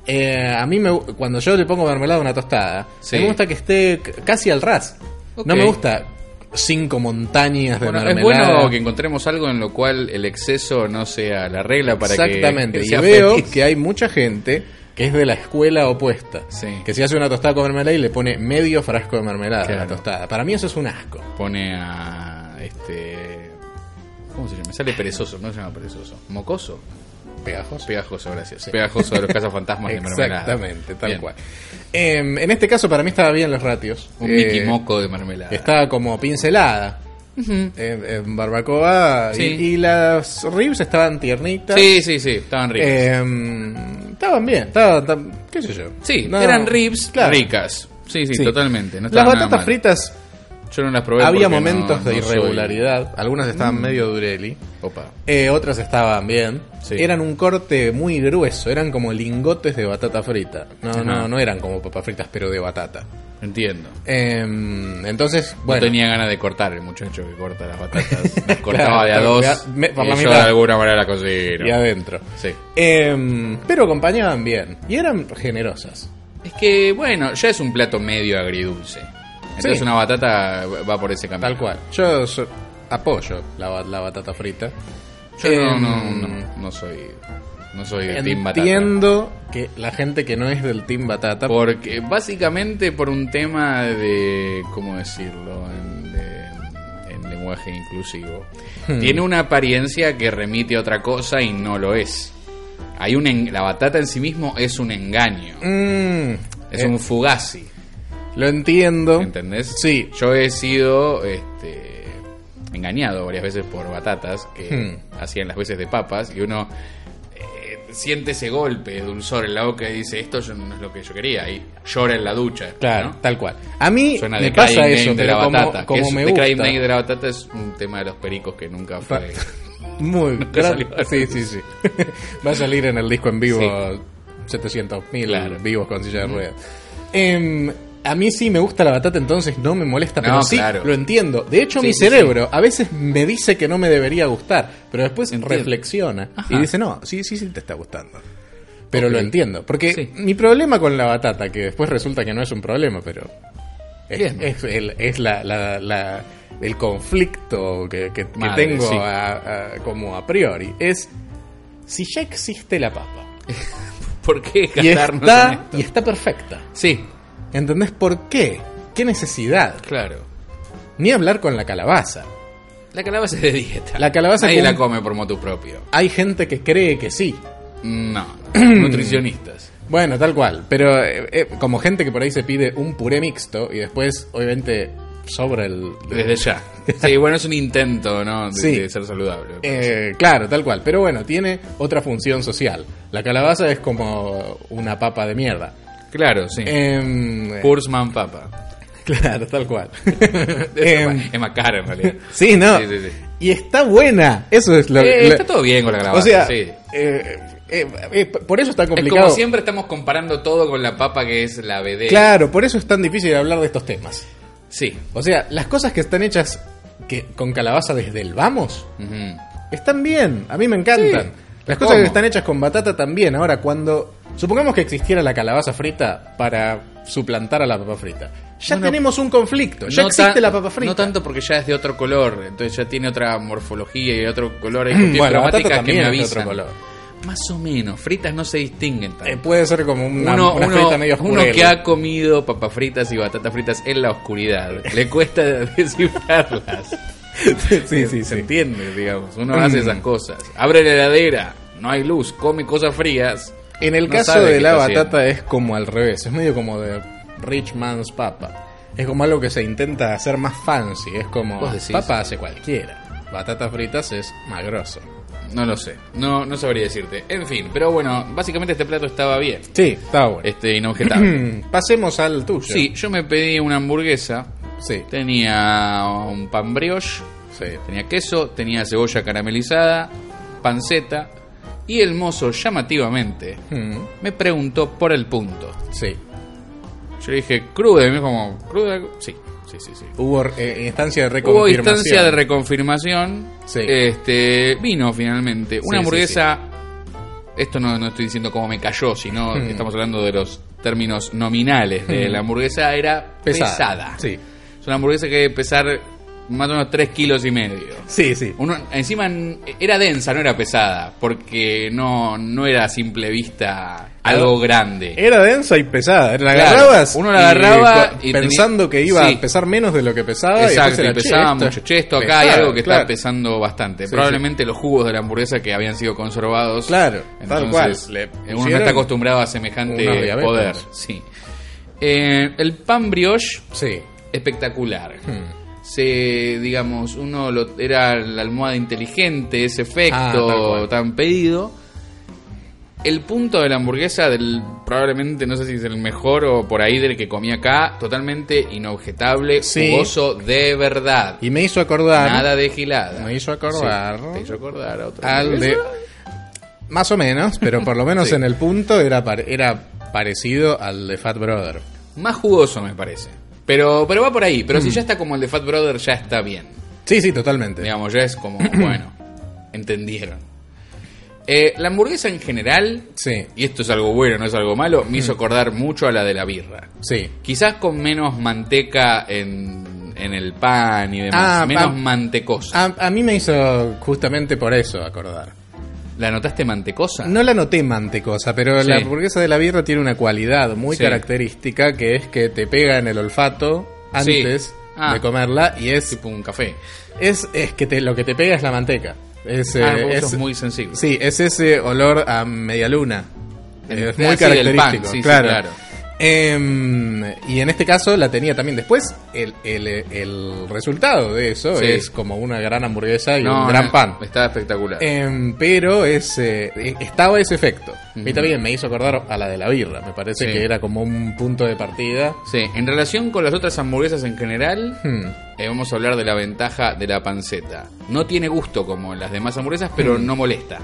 [SPEAKER 3] Eh, a mí, me, gu- cuando yo le pongo mermelada a una tostada,
[SPEAKER 2] Sí.
[SPEAKER 3] a mí me gusta que esté c- casi al ras.
[SPEAKER 2] Ok.
[SPEAKER 3] No me gusta cinco montañas de
[SPEAKER 2] Bueno, es
[SPEAKER 3] mermelada.
[SPEAKER 2] bueno que encontremos algo en lo cual el exceso no sea la regla para que
[SPEAKER 3] Exactamente.
[SPEAKER 2] sea
[SPEAKER 3] y veo
[SPEAKER 2] feliz.
[SPEAKER 3] que hay mucha gente que es de la escuela opuesta.
[SPEAKER 2] Sí.
[SPEAKER 3] Que si hace una tostada con mermelada y le pone medio frasco de mermelada a la
[SPEAKER 2] Claro.
[SPEAKER 3] tostada. Para mí eso es un asco.
[SPEAKER 2] pone a este ¿Cómo se llama? Me sale perezoso, no se llama perezoso. ¿Mocoso?
[SPEAKER 3] Pegajoso.
[SPEAKER 2] Pegajoso, gracias. Pegajoso de los cazafantasmas de mermelada.
[SPEAKER 3] Exactamente, tal
[SPEAKER 2] Bien.
[SPEAKER 3] cual. Eh, en este caso, para mí estaba bien los ratios.
[SPEAKER 2] Un
[SPEAKER 3] Eh,
[SPEAKER 2] Mickey Moco de mermelada.
[SPEAKER 3] Estaba como pincelada. en, en barbacoa y-
[SPEAKER 2] Sí.
[SPEAKER 3] y, las ribs estaban tiernitas.
[SPEAKER 2] Sí, sí, sí, estaban ricas.
[SPEAKER 3] Eh, Em, estaban bien, estaban, estaban- qué sé yo.
[SPEAKER 2] sí,
[SPEAKER 3] No,
[SPEAKER 2] eran ribs
[SPEAKER 3] claro.
[SPEAKER 2] ricas. Sí, sí,
[SPEAKER 3] Sí.
[SPEAKER 2] totalmente. No
[SPEAKER 3] las
[SPEAKER 2] estaban nada
[SPEAKER 3] batatas
[SPEAKER 2] mal.
[SPEAKER 3] fritas
[SPEAKER 2] Yo no las probé.
[SPEAKER 3] había
[SPEAKER 2] porque no-
[SPEAKER 3] momentos de
[SPEAKER 2] no soy- Mm.
[SPEAKER 3] irregularidad, algunas estaban medio dureli,
[SPEAKER 2] Opa.
[SPEAKER 3] eh, otras estaban bien.
[SPEAKER 2] Sí.
[SPEAKER 3] Eran un corte muy grueso, eran como lingotes de batata frita. No,
[SPEAKER 2] Ajá.
[SPEAKER 3] no, no eran como papas fritas, pero de batata.
[SPEAKER 2] Entiendo.
[SPEAKER 3] Em, entonces, bueno,
[SPEAKER 2] No tenía ganas de cortar el muchacho que corta las batatas. Las cortaba de a
[SPEAKER 3] Claro,
[SPEAKER 2] dos.
[SPEAKER 3] me- por
[SPEAKER 2] y
[SPEAKER 3] la
[SPEAKER 2] yo
[SPEAKER 3] mitad.
[SPEAKER 2] de alguna manera la cocina.
[SPEAKER 3] y adentro.
[SPEAKER 2] Sí.
[SPEAKER 3] Em, pero acompañaban bien y eran generosas.
[SPEAKER 2] Es que, bueno, ya es un plato medio agridulce. Entonces
[SPEAKER 3] Sí.
[SPEAKER 2] una batata va por ese camino.
[SPEAKER 3] Tal cual. Yo, so- apoyo la, ba- la batata frita.
[SPEAKER 2] Yo no,
[SPEAKER 3] Em,
[SPEAKER 2] no, no, no soy. No soy de Team Batata.
[SPEAKER 3] Entiendo que la gente que no es del Team Batata.
[SPEAKER 2] Porque básicamente por un tema de. ¿Cómo decirlo? En, de- en lenguaje inclusivo. Tiene una apariencia que remite a otra cosa y no lo es. Hay un en- la batata en sí mismo es un engaño.
[SPEAKER 3] Mm,
[SPEAKER 2] Es
[SPEAKER 3] eh,
[SPEAKER 2] un fugazi.
[SPEAKER 3] Lo entiendo.
[SPEAKER 2] ¿Entendés?
[SPEAKER 3] Sí.
[SPEAKER 2] Yo he sido este, engañado varias veces por batatas que
[SPEAKER 3] Hmm.
[SPEAKER 2] hacían las veces de papas y uno eh, siente ese golpe de dulzor en la boca y dice esto yo- no es lo que yo quería y llora en la ducha. después,
[SPEAKER 3] Claro,
[SPEAKER 2] ¿no?
[SPEAKER 3] tal cual. A mí
[SPEAKER 2] Suena
[SPEAKER 3] me
[SPEAKER 2] The
[SPEAKER 3] pasa
[SPEAKER 2] Crying
[SPEAKER 3] eso,
[SPEAKER 2] Game de
[SPEAKER 3] pero
[SPEAKER 2] la
[SPEAKER 3] como,
[SPEAKER 2] batata.
[SPEAKER 3] como
[SPEAKER 2] que es-
[SPEAKER 3] me
[SPEAKER 2] The Crying
[SPEAKER 3] gusta.
[SPEAKER 2] Game de la batata es un tema de los pericos que nunca fue.
[SPEAKER 3] Muy,
[SPEAKER 2] Nunca
[SPEAKER 3] gracias.
[SPEAKER 2] salió.
[SPEAKER 3] Sí, sí, sí. Va a salir en el disco en vivo 700.000
[SPEAKER 2] Claro.
[SPEAKER 3] vivos con silla de ruedas. Em, a mí sí me gusta la batata, entonces no me molesta,
[SPEAKER 2] No,
[SPEAKER 3] pero sí
[SPEAKER 2] claro.
[SPEAKER 3] lo entiendo. De hecho,
[SPEAKER 2] Sí,
[SPEAKER 3] mi
[SPEAKER 2] sí,
[SPEAKER 3] cerebro a veces me dice que no me debería gustar, pero después
[SPEAKER 2] Entiendo.
[SPEAKER 3] reflexiona
[SPEAKER 2] Ajá.
[SPEAKER 3] y dice, no, sí, sí, sí te está gustando. Pero
[SPEAKER 2] Ok.
[SPEAKER 3] lo entiendo, porque
[SPEAKER 2] Sí.
[SPEAKER 3] mi problema con la batata, que después resulta que no es un problema, pero es,
[SPEAKER 2] Bien.
[SPEAKER 3] es el, es la- la- la- el conflicto que, que- que
[SPEAKER 2] Madre,
[SPEAKER 3] tengo
[SPEAKER 2] sí.
[SPEAKER 3] a- a- como a priori es si ya existe la papa
[SPEAKER 2] ¿Por qué
[SPEAKER 3] y
[SPEAKER 2] gastarnos en
[SPEAKER 3] está,
[SPEAKER 2] esto?
[SPEAKER 3] y está perfecta.
[SPEAKER 2] Sí,
[SPEAKER 3] ¿Entendés por qué? ¿Qué necesidad?
[SPEAKER 2] claro.
[SPEAKER 3] Ni hablar con la calabaza.
[SPEAKER 2] La calabaza es de dieta.
[SPEAKER 3] La calabaza
[SPEAKER 2] Nadie
[SPEAKER 3] cum-
[SPEAKER 2] la come por motu propio.
[SPEAKER 3] Hay gente que cree que sí.
[SPEAKER 2] No, nutricionistas.
[SPEAKER 3] Bueno, tal cual. Pero eh, eh, como gente que por ahí se pide un puré mixto y después, obviamente, sobra el...
[SPEAKER 2] Desde ya. Sí, bueno, es un intento, ¿no? De,
[SPEAKER 3] Sí.
[SPEAKER 2] de ser saludable.
[SPEAKER 3] Eh, claro, tal cual. Pero bueno, tiene otra función social. La calabaza es como una papa de mierda.
[SPEAKER 2] claro, sí.
[SPEAKER 3] Em,
[SPEAKER 2] Pursman Papa.
[SPEAKER 3] claro, tal cual. Em,
[SPEAKER 2] es más cara, en realidad.
[SPEAKER 3] sí, no.
[SPEAKER 2] Sí, sí, sí.
[SPEAKER 3] Y está buena. Eso es lo
[SPEAKER 2] Eh,
[SPEAKER 3] lo-
[SPEAKER 2] está todo bien con la
[SPEAKER 3] O
[SPEAKER 2] calabaza.
[SPEAKER 3] sea,
[SPEAKER 2] sí.
[SPEAKER 3] eh, eh, eh, por eso está
[SPEAKER 2] Es
[SPEAKER 3] complicado.
[SPEAKER 2] como siempre estamos comparando todo con la papa que es la BD.
[SPEAKER 3] Claro, por eso es tan difícil hablar de estos temas.
[SPEAKER 2] Sí.
[SPEAKER 3] O sea, las cosas que están hechas que, con calabaza desde el vamos
[SPEAKER 2] Ujú.
[SPEAKER 3] están bien. A mí me encantan.
[SPEAKER 2] Sí,
[SPEAKER 3] Las
[SPEAKER 2] las
[SPEAKER 3] cosas que
[SPEAKER 2] como.
[SPEAKER 3] están hechas con batata también. Ahora, cuando. Supongamos que existiera la calabaza frita para suplantar a la papa frita. Ya
[SPEAKER 2] Bueno,
[SPEAKER 3] tenemos un conflicto. Ya
[SPEAKER 2] No
[SPEAKER 3] existe
[SPEAKER 2] tan-
[SPEAKER 3] la papa frita.
[SPEAKER 2] No tanto porque ya es de otro color, entonces ya tiene otra morfología y otro color. Hay cuestiones
[SPEAKER 3] Bueno, la batata
[SPEAKER 2] cromáticas que
[SPEAKER 3] también
[SPEAKER 2] me
[SPEAKER 3] es de
[SPEAKER 2] avisan.
[SPEAKER 3] otro color.
[SPEAKER 2] Más o menos, fritas no se distinguen tanto.
[SPEAKER 3] Eh, puede ser como una,
[SPEAKER 2] uno,
[SPEAKER 3] una
[SPEAKER 2] uno-
[SPEAKER 3] frita medio
[SPEAKER 2] uno
[SPEAKER 3] oscurela.
[SPEAKER 2] que ha comido papas fritas y batatas fritas en la oscuridad, le cuesta descifrarlas.
[SPEAKER 3] sí, sí,
[SPEAKER 2] Se
[SPEAKER 3] sí.
[SPEAKER 2] entiende, digamos. Uno
[SPEAKER 3] Mm.
[SPEAKER 2] hace esas cosas. Abre la heladera, no hay luz, come cosas frías.
[SPEAKER 3] En el
[SPEAKER 2] No
[SPEAKER 3] caso
[SPEAKER 2] sabe
[SPEAKER 3] de
[SPEAKER 2] qué
[SPEAKER 3] la
[SPEAKER 2] está
[SPEAKER 3] batata es como al revés, es medio como de Rich Man's Papa. Es como algo que se intenta hacer más fancy, es como
[SPEAKER 2] Vos decís.
[SPEAKER 3] papa hace cualquiera. Batatas fritas es más grosso.
[SPEAKER 2] haciendo. No lo sé, no, no sabría decirte. En fin, pero bueno, básicamente este plato estaba bien.
[SPEAKER 3] Sí, está bueno.
[SPEAKER 2] Este, inobjetable.
[SPEAKER 3] Eh, Mm, Pasemos al tuyo.
[SPEAKER 2] Sí, yo me pedí una hamburguesa.
[SPEAKER 3] sí,
[SPEAKER 2] Tenía un pan brioche,
[SPEAKER 3] sí.
[SPEAKER 2] tenía queso, tenía cebolla caramelizada, panceta. Y el mozo, llamativamente,
[SPEAKER 3] Mm,
[SPEAKER 2] me preguntó por el punto.
[SPEAKER 3] sí.
[SPEAKER 2] Yo le dije, cruda. Y me dijo, como, ¿cruda? Sí, sí, sí. sí.
[SPEAKER 3] Hubo eh, instancia de
[SPEAKER 2] Hubo
[SPEAKER 3] reconfirmación.
[SPEAKER 2] instancia de reconfirmación.
[SPEAKER 3] Sí.
[SPEAKER 2] Este, vino finalmente. Una
[SPEAKER 3] sí,
[SPEAKER 2] hamburguesa. Esto no, no estoy diciendo cómo me cayó, sino
[SPEAKER 3] Hmm.
[SPEAKER 2] estamos hablando de los términos nominales de la hamburguesa. Era pesada.
[SPEAKER 3] pesada. Sí.
[SPEAKER 2] Es una hamburguesa que debe pesar más o menos 3 kilos y medio.
[SPEAKER 3] Sí, sí.
[SPEAKER 2] Uno, encima n- era densa, no era pesada, porque no, no era a simple vista algo grande.
[SPEAKER 3] Era densa y pesada. La
[SPEAKER 2] Claro,
[SPEAKER 3] agarrabas.
[SPEAKER 2] uno la agarraba
[SPEAKER 3] y-
[SPEAKER 2] y
[SPEAKER 3] pensando
[SPEAKER 2] tenía-
[SPEAKER 3] que iba
[SPEAKER 2] sí.
[SPEAKER 3] a pesar menos de lo que pesaba. y después
[SPEAKER 2] Exacto,
[SPEAKER 3] era,
[SPEAKER 2] y
[SPEAKER 3] "Che,
[SPEAKER 2] pesaba
[SPEAKER 3] esto
[SPEAKER 2] mucho.
[SPEAKER 3] es
[SPEAKER 2] Che, esto acá hay
[SPEAKER 3] pesado",
[SPEAKER 2] algo que
[SPEAKER 3] claro.
[SPEAKER 2] está pesando bastante.
[SPEAKER 3] Sí,
[SPEAKER 2] Probablemente los jugos de la hamburguesa que habían sido conservados.
[SPEAKER 3] Claro, tal cual.
[SPEAKER 2] entonces,
[SPEAKER 3] Le
[SPEAKER 2] eh, uno no
[SPEAKER 3] pusieron
[SPEAKER 2] está acostumbrado a
[SPEAKER 3] unos
[SPEAKER 2] semejante
[SPEAKER 3] diabetes.
[SPEAKER 2] poder. Sí. Eh, el pan brioche,
[SPEAKER 3] Sí.
[SPEAKER 2] espectacular.
[SPEAKER 3] Hmm.
[SPEAKER 2] Se, digamos, uno lo- era la almohada inteligente, ese
[SPEAKER 3] Ah, tal
[SPEAKER 2] efecto
[SPEAKER 3] cual.
[SPEAKER 2] tan pedido. El punto de la hamburguesa, del, probablemente no sé si es el mejor o por ahí del que comí acá, totalmente inobjetable,
[SPEAKER 3] Sí.
[SPEAKER 2] jugoso de verdad.
[SPEAKER 3] Y me hizo acordar.
[SPEAKER 2] Nada de gilada.
[SPEAKER 3] Me hizo acordar.
[SPEAKER 2] Sí, te hizo acordar a otra
[SPEAKER 3] al de.
[SPEAKER 2] hamburguesa.
[SPEAKER 3] Más o menos, pero por lo menos
[SPEAKER 2] Sí.
[SPEAKER 3] en el punto era, par- era parecido al de Fat Brother.
[SPEAKER 2] Más jugoso, me parece. Pero, pero va por ahí.
[SPEAKER 3] Mm.
[SPEAKER 2] Pero si ya está como el de Fat Brother, ya está bien.
[SPEAKER 3] Sí, sí,
[SPEAKER 2] Este,
[SPEAKER 3] totalmente.
[SPEAKER 2] Digamos, ya es como, bueno, entendieron. Eh, la hamburguesa en general,
[SPEAKER 3] Sí,
[SPEAKER 2] y esto es algo bueno, no es algo malo, me hizo
[SPEAKER 3] Mm.
[SPEAKER 2] acordar mucho a la de la birra.
[SPEAKER 3] sí.
[SPEAKER 2] Quizás con menos manteca en, en el pan y demás,
[SPEAKER 3] Ah,
[SPEAKER 2] menos
[SPEAKER 3] ah.
[SPEAKER 2] mantecosa.
[SPEAKER 3] A, a mí me hizo justamente por eso acordar.
[SPEAKER 2] ¿La notaste mantecosa?
[SPEAKER 3] No la noté mantecosa, pero la
[SPEAKER 2] Sí.
[SPEAKER 3] hamburguesa de la birra tiene una cualidad muy
[SPEAKER 2] Sí.
[SPEAKER 3] característica que es que te pega en el olfato
[SPEAKER 2] Sí.
[SPEAKER 3] antes
[SPEAKER 2] Ah.
[SPEAKER 3] de comerla y es,
[SPEAKER 2] Tipo un café.
[SPEAKER 3] es, es que te, lo que te pega es la manteca. Es,
[SPEAKER 2] ah,
[SPEAKER 3] eh,
[SPEAKER 2] vos
[SPEAKER 3] es-
[SPEAKER 2] sos muy sensible.
[SPEAKER 3] Sí, es ese olor a media luna. Es
[SPEAKER 2] Ah, sí,
[SPEAKER 3] muy
[SPEAKER 2] del pan,
[SPEAKER 3] característico.
[SPEAKER 2] sí, sí,
[SPEAKER 3] claro.
[SPEAKER 2] claro.
[SPEAKER 3] Em, y en este caso la tenía también. Después, el, el- el resultado de eso
[SPEAKER 2] Sí.
[SPEAKER 3] es como una gran hamburguesa y
[SPEAKER 2] No,
[SPEAKER 3] un gran
[SPEAKER 2] no,
[SPEAKER 3] pan.
[SPEAKER 2] Está espectacular.
[SPEAKER 3] Em, pero ese, e- estaba ese efecto. A mí
[SPEAKER 2] Ujú.
[SPEAKER 3] también me hizo acordar a la de la birra. Me parece
[SPEAKER 2] Sí.
[SPEAKER 3] que era como un punto de partida.
[SPEAKER 2] Sí, en relación con las otras hamburguesas en general,
[SPEAKER 3] Hmm.
[SPEAKER 2] Eh, vamos a hablar de la ventaja de la panceta. No tiene gusto como las demás hamburguesas, pero
[SPEAKER 3] Hmm.
[SPEAKER 2] no molesta.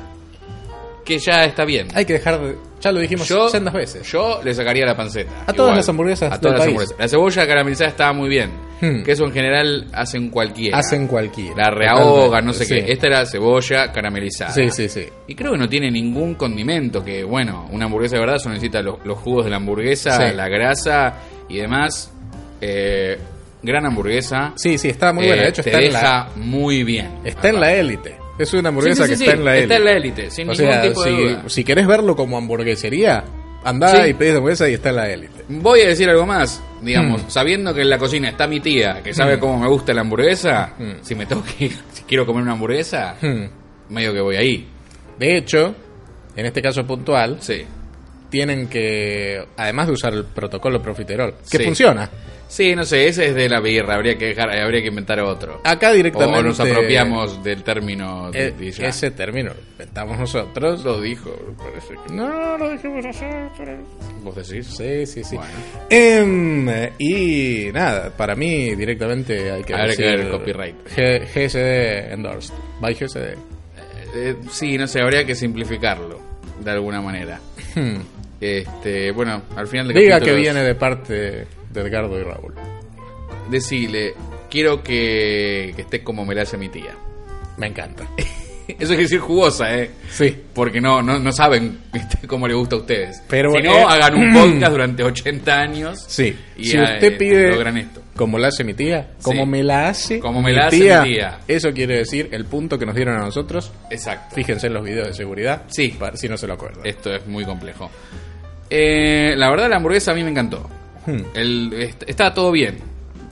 [SPEAKER 2] Que ya está bien.
[SPEAKER 3] Hay que dejar de- Ya lo dijimos
[SPEAKER 2] Yo,
[SPEAKER 3] sendas veces.
[SPEAKER 2] yo le sacaría la panceta.
[SPEAKER 3] A todas las hamburguesas
[SPEAKER 2] A todas
[SPEAKER 3] del
[SPEAKER 2] las
[SPEAKER 3] país.
[SPEAKER 2] hamburguesas. La cebolla caramelizada estaba muy bien.
[SPEAKER 3] Hmm.
[SPEAKER 2] Que eso en general hacen cualquiera.
[SPEAKER 3] Hacen cualquiera.
[SPEAKER 2] La reahogan, no sé
[SPEAKER 3] Sí.
[SPEAKER 2] qué. Esta era cebolla caramelizada.
[SPEAKER 3] Sí, sí, sí.
[SPEAKER 2] Y creo que no tiene ningún condimento, que bueno, una hamburguesa de verdad solo necesita lo- los jugos de la hamburguesa,
[SPEAKER 3] Sí.
[SPEAKER 2] la grasa y demás. Eh, gran hamburguesa.
[SPEAKER 3] Sí, sí, estaba muy
[SPEAKER 2] Eh,
[SPEAKER 3] buena. De hecho,
[SPEAKER 2] te
[SPEAKER 3] está en la
[SPEAKER 2] deja muy bien.
[SPEAKER 3] Está en la élite. Es una
[SPEAKER 2] Sí, sí,
[SPEAKER 3] hamburguesa
[SPEAKER 2] sí,
[SPEAKER 3] que
[SPEAKER 2] sí,
[SPEAKER 3] está en la élite.
[SPEAKER 2] élite, sin
[SPEAKER 3] O
[SPEAKER 2] ningún
[SPEAKER 3] sea,
[SPEAKER 2] tipo de
[SPEAKER 3] si,
[SPEAKER 2] duda.
[SPEAKER 3] si querés verlo como hamburguesería, andá
[SPEAKER 2] Sí.
[SPEAKER 3] y pedís hamburguesa y está en la élite.
[SPEAKER 2] Voy a decir algo más, digamos,
[SPEAKER 3] Hmm.
[SPEAKER 2] sabiendo que en la cocina está mi tía, que sabe cómo me gusta la hamburguesa,
[SPEAKER 3] Mm.
[SPEAKER 2] si me tengo que, si quiero comer una hamburguesa,
[SPEAKER 3] Hmm.
[SPEAKER 2] medio que voy ahí.
[SPEAKER 3] De hecho, en este caso puntual,
[SPEAKER 2] Sí.
[SPEAKER 3] tienen que, además de usar el protocolo profiterol, que
[SPEAKER 2] Sí.
[SPEAKER 3] funciona.
[SPEAKER 2] Sí, no sé, ese es de la birra, habría que dejar, habría que inventar otro.
[SPEAKER 3] Acá directamente...
[SPEAKER 2] O nos apropiamos del término de,
[SPEAKER 3] eh,
[SPEAKER 2] de ya.
[SPEAKER 3] ese término lo inventamos nosotros.
[SPEAKER 2] lo dijo, parece que
[SPEAKER 3] No, lo dijimos nosotros.
[SPEAKER 2] vos decís.
[SPEAKER 3] Sí, sí, sí.
[SPEAKER 2] Bueno.
[SPEAKER 3] Em, y nada, para mí directamente hay que
[SPEAKER 2] Habrá que
[SPEAKER 3] decir
[SPEAKER 2] ver copyright.
[SPEAKER 3] G- GSD endorsed. By GSD.
[SPEAKER 2] Eh, sí, no sé, habría que simplificarlo de alguna manera.
[SPEAKER 3] Hmm.
[SPEAKER 2] Este, bueno, al final del
[SPEAKER 3] Diga
[SPEAKER 2] capítulo
[SPEAKER 3] que
[SPEAKER 2] es-
[SPEAKER 3] viene de parte de Edgardo y Raúl.
[SPEAKER 2] decirle, quiero que, que esté como me la hace mi tía.
[SPEAKER 3] Me encanta.
[SPEAKER 2] Eso quiere decir jugosa, ¿eh?
[SPEAKER 3] Sí.
[SPEAKER 2] Porque no, no, no saben este, cómo le gusta a ustedes.
[SPEAKER 3] Pero,
[SPEAKER 2] si no,
[SPEAKER 3] eh,
[SPEAKER 2] hagan un podcast durante 80 años.
[SPEAKER 3] Sí.
[SPEAKER 2] Y
[SPEAKER 3] si
[SPEAKER 2] ah,
[SPEAKER 3] usted
[SPEAKER 2] eh,
[SPEAKER 3] pide.
[SPEAKER 2] Logran esto.
[SPEAKER 3] Como la hace mi tía. Como
[SPEAKER 2] Sí.
[SPEAKER 3] me la hace.
[SPEAKER 2] Como me la hace mi tía.
[SPEAKER 3] Eso quiere decir el punto que nos dieron a nosotros.
[SPEAKER 2] Exacto.
[SPEAKER 3] Fíjense en los videos de seguridad.
[SPEAKER 2] Sí.
[SPEAKER 3] para- si no se lo acuerdan.
[SPEAKER 2] Esto es muy complejo. Eh, la verdad, la hamburguesa a mí me encantó.
[SPEAKER 3] Hmm.
[SPEAKER 2] El, est- estaba todo bien.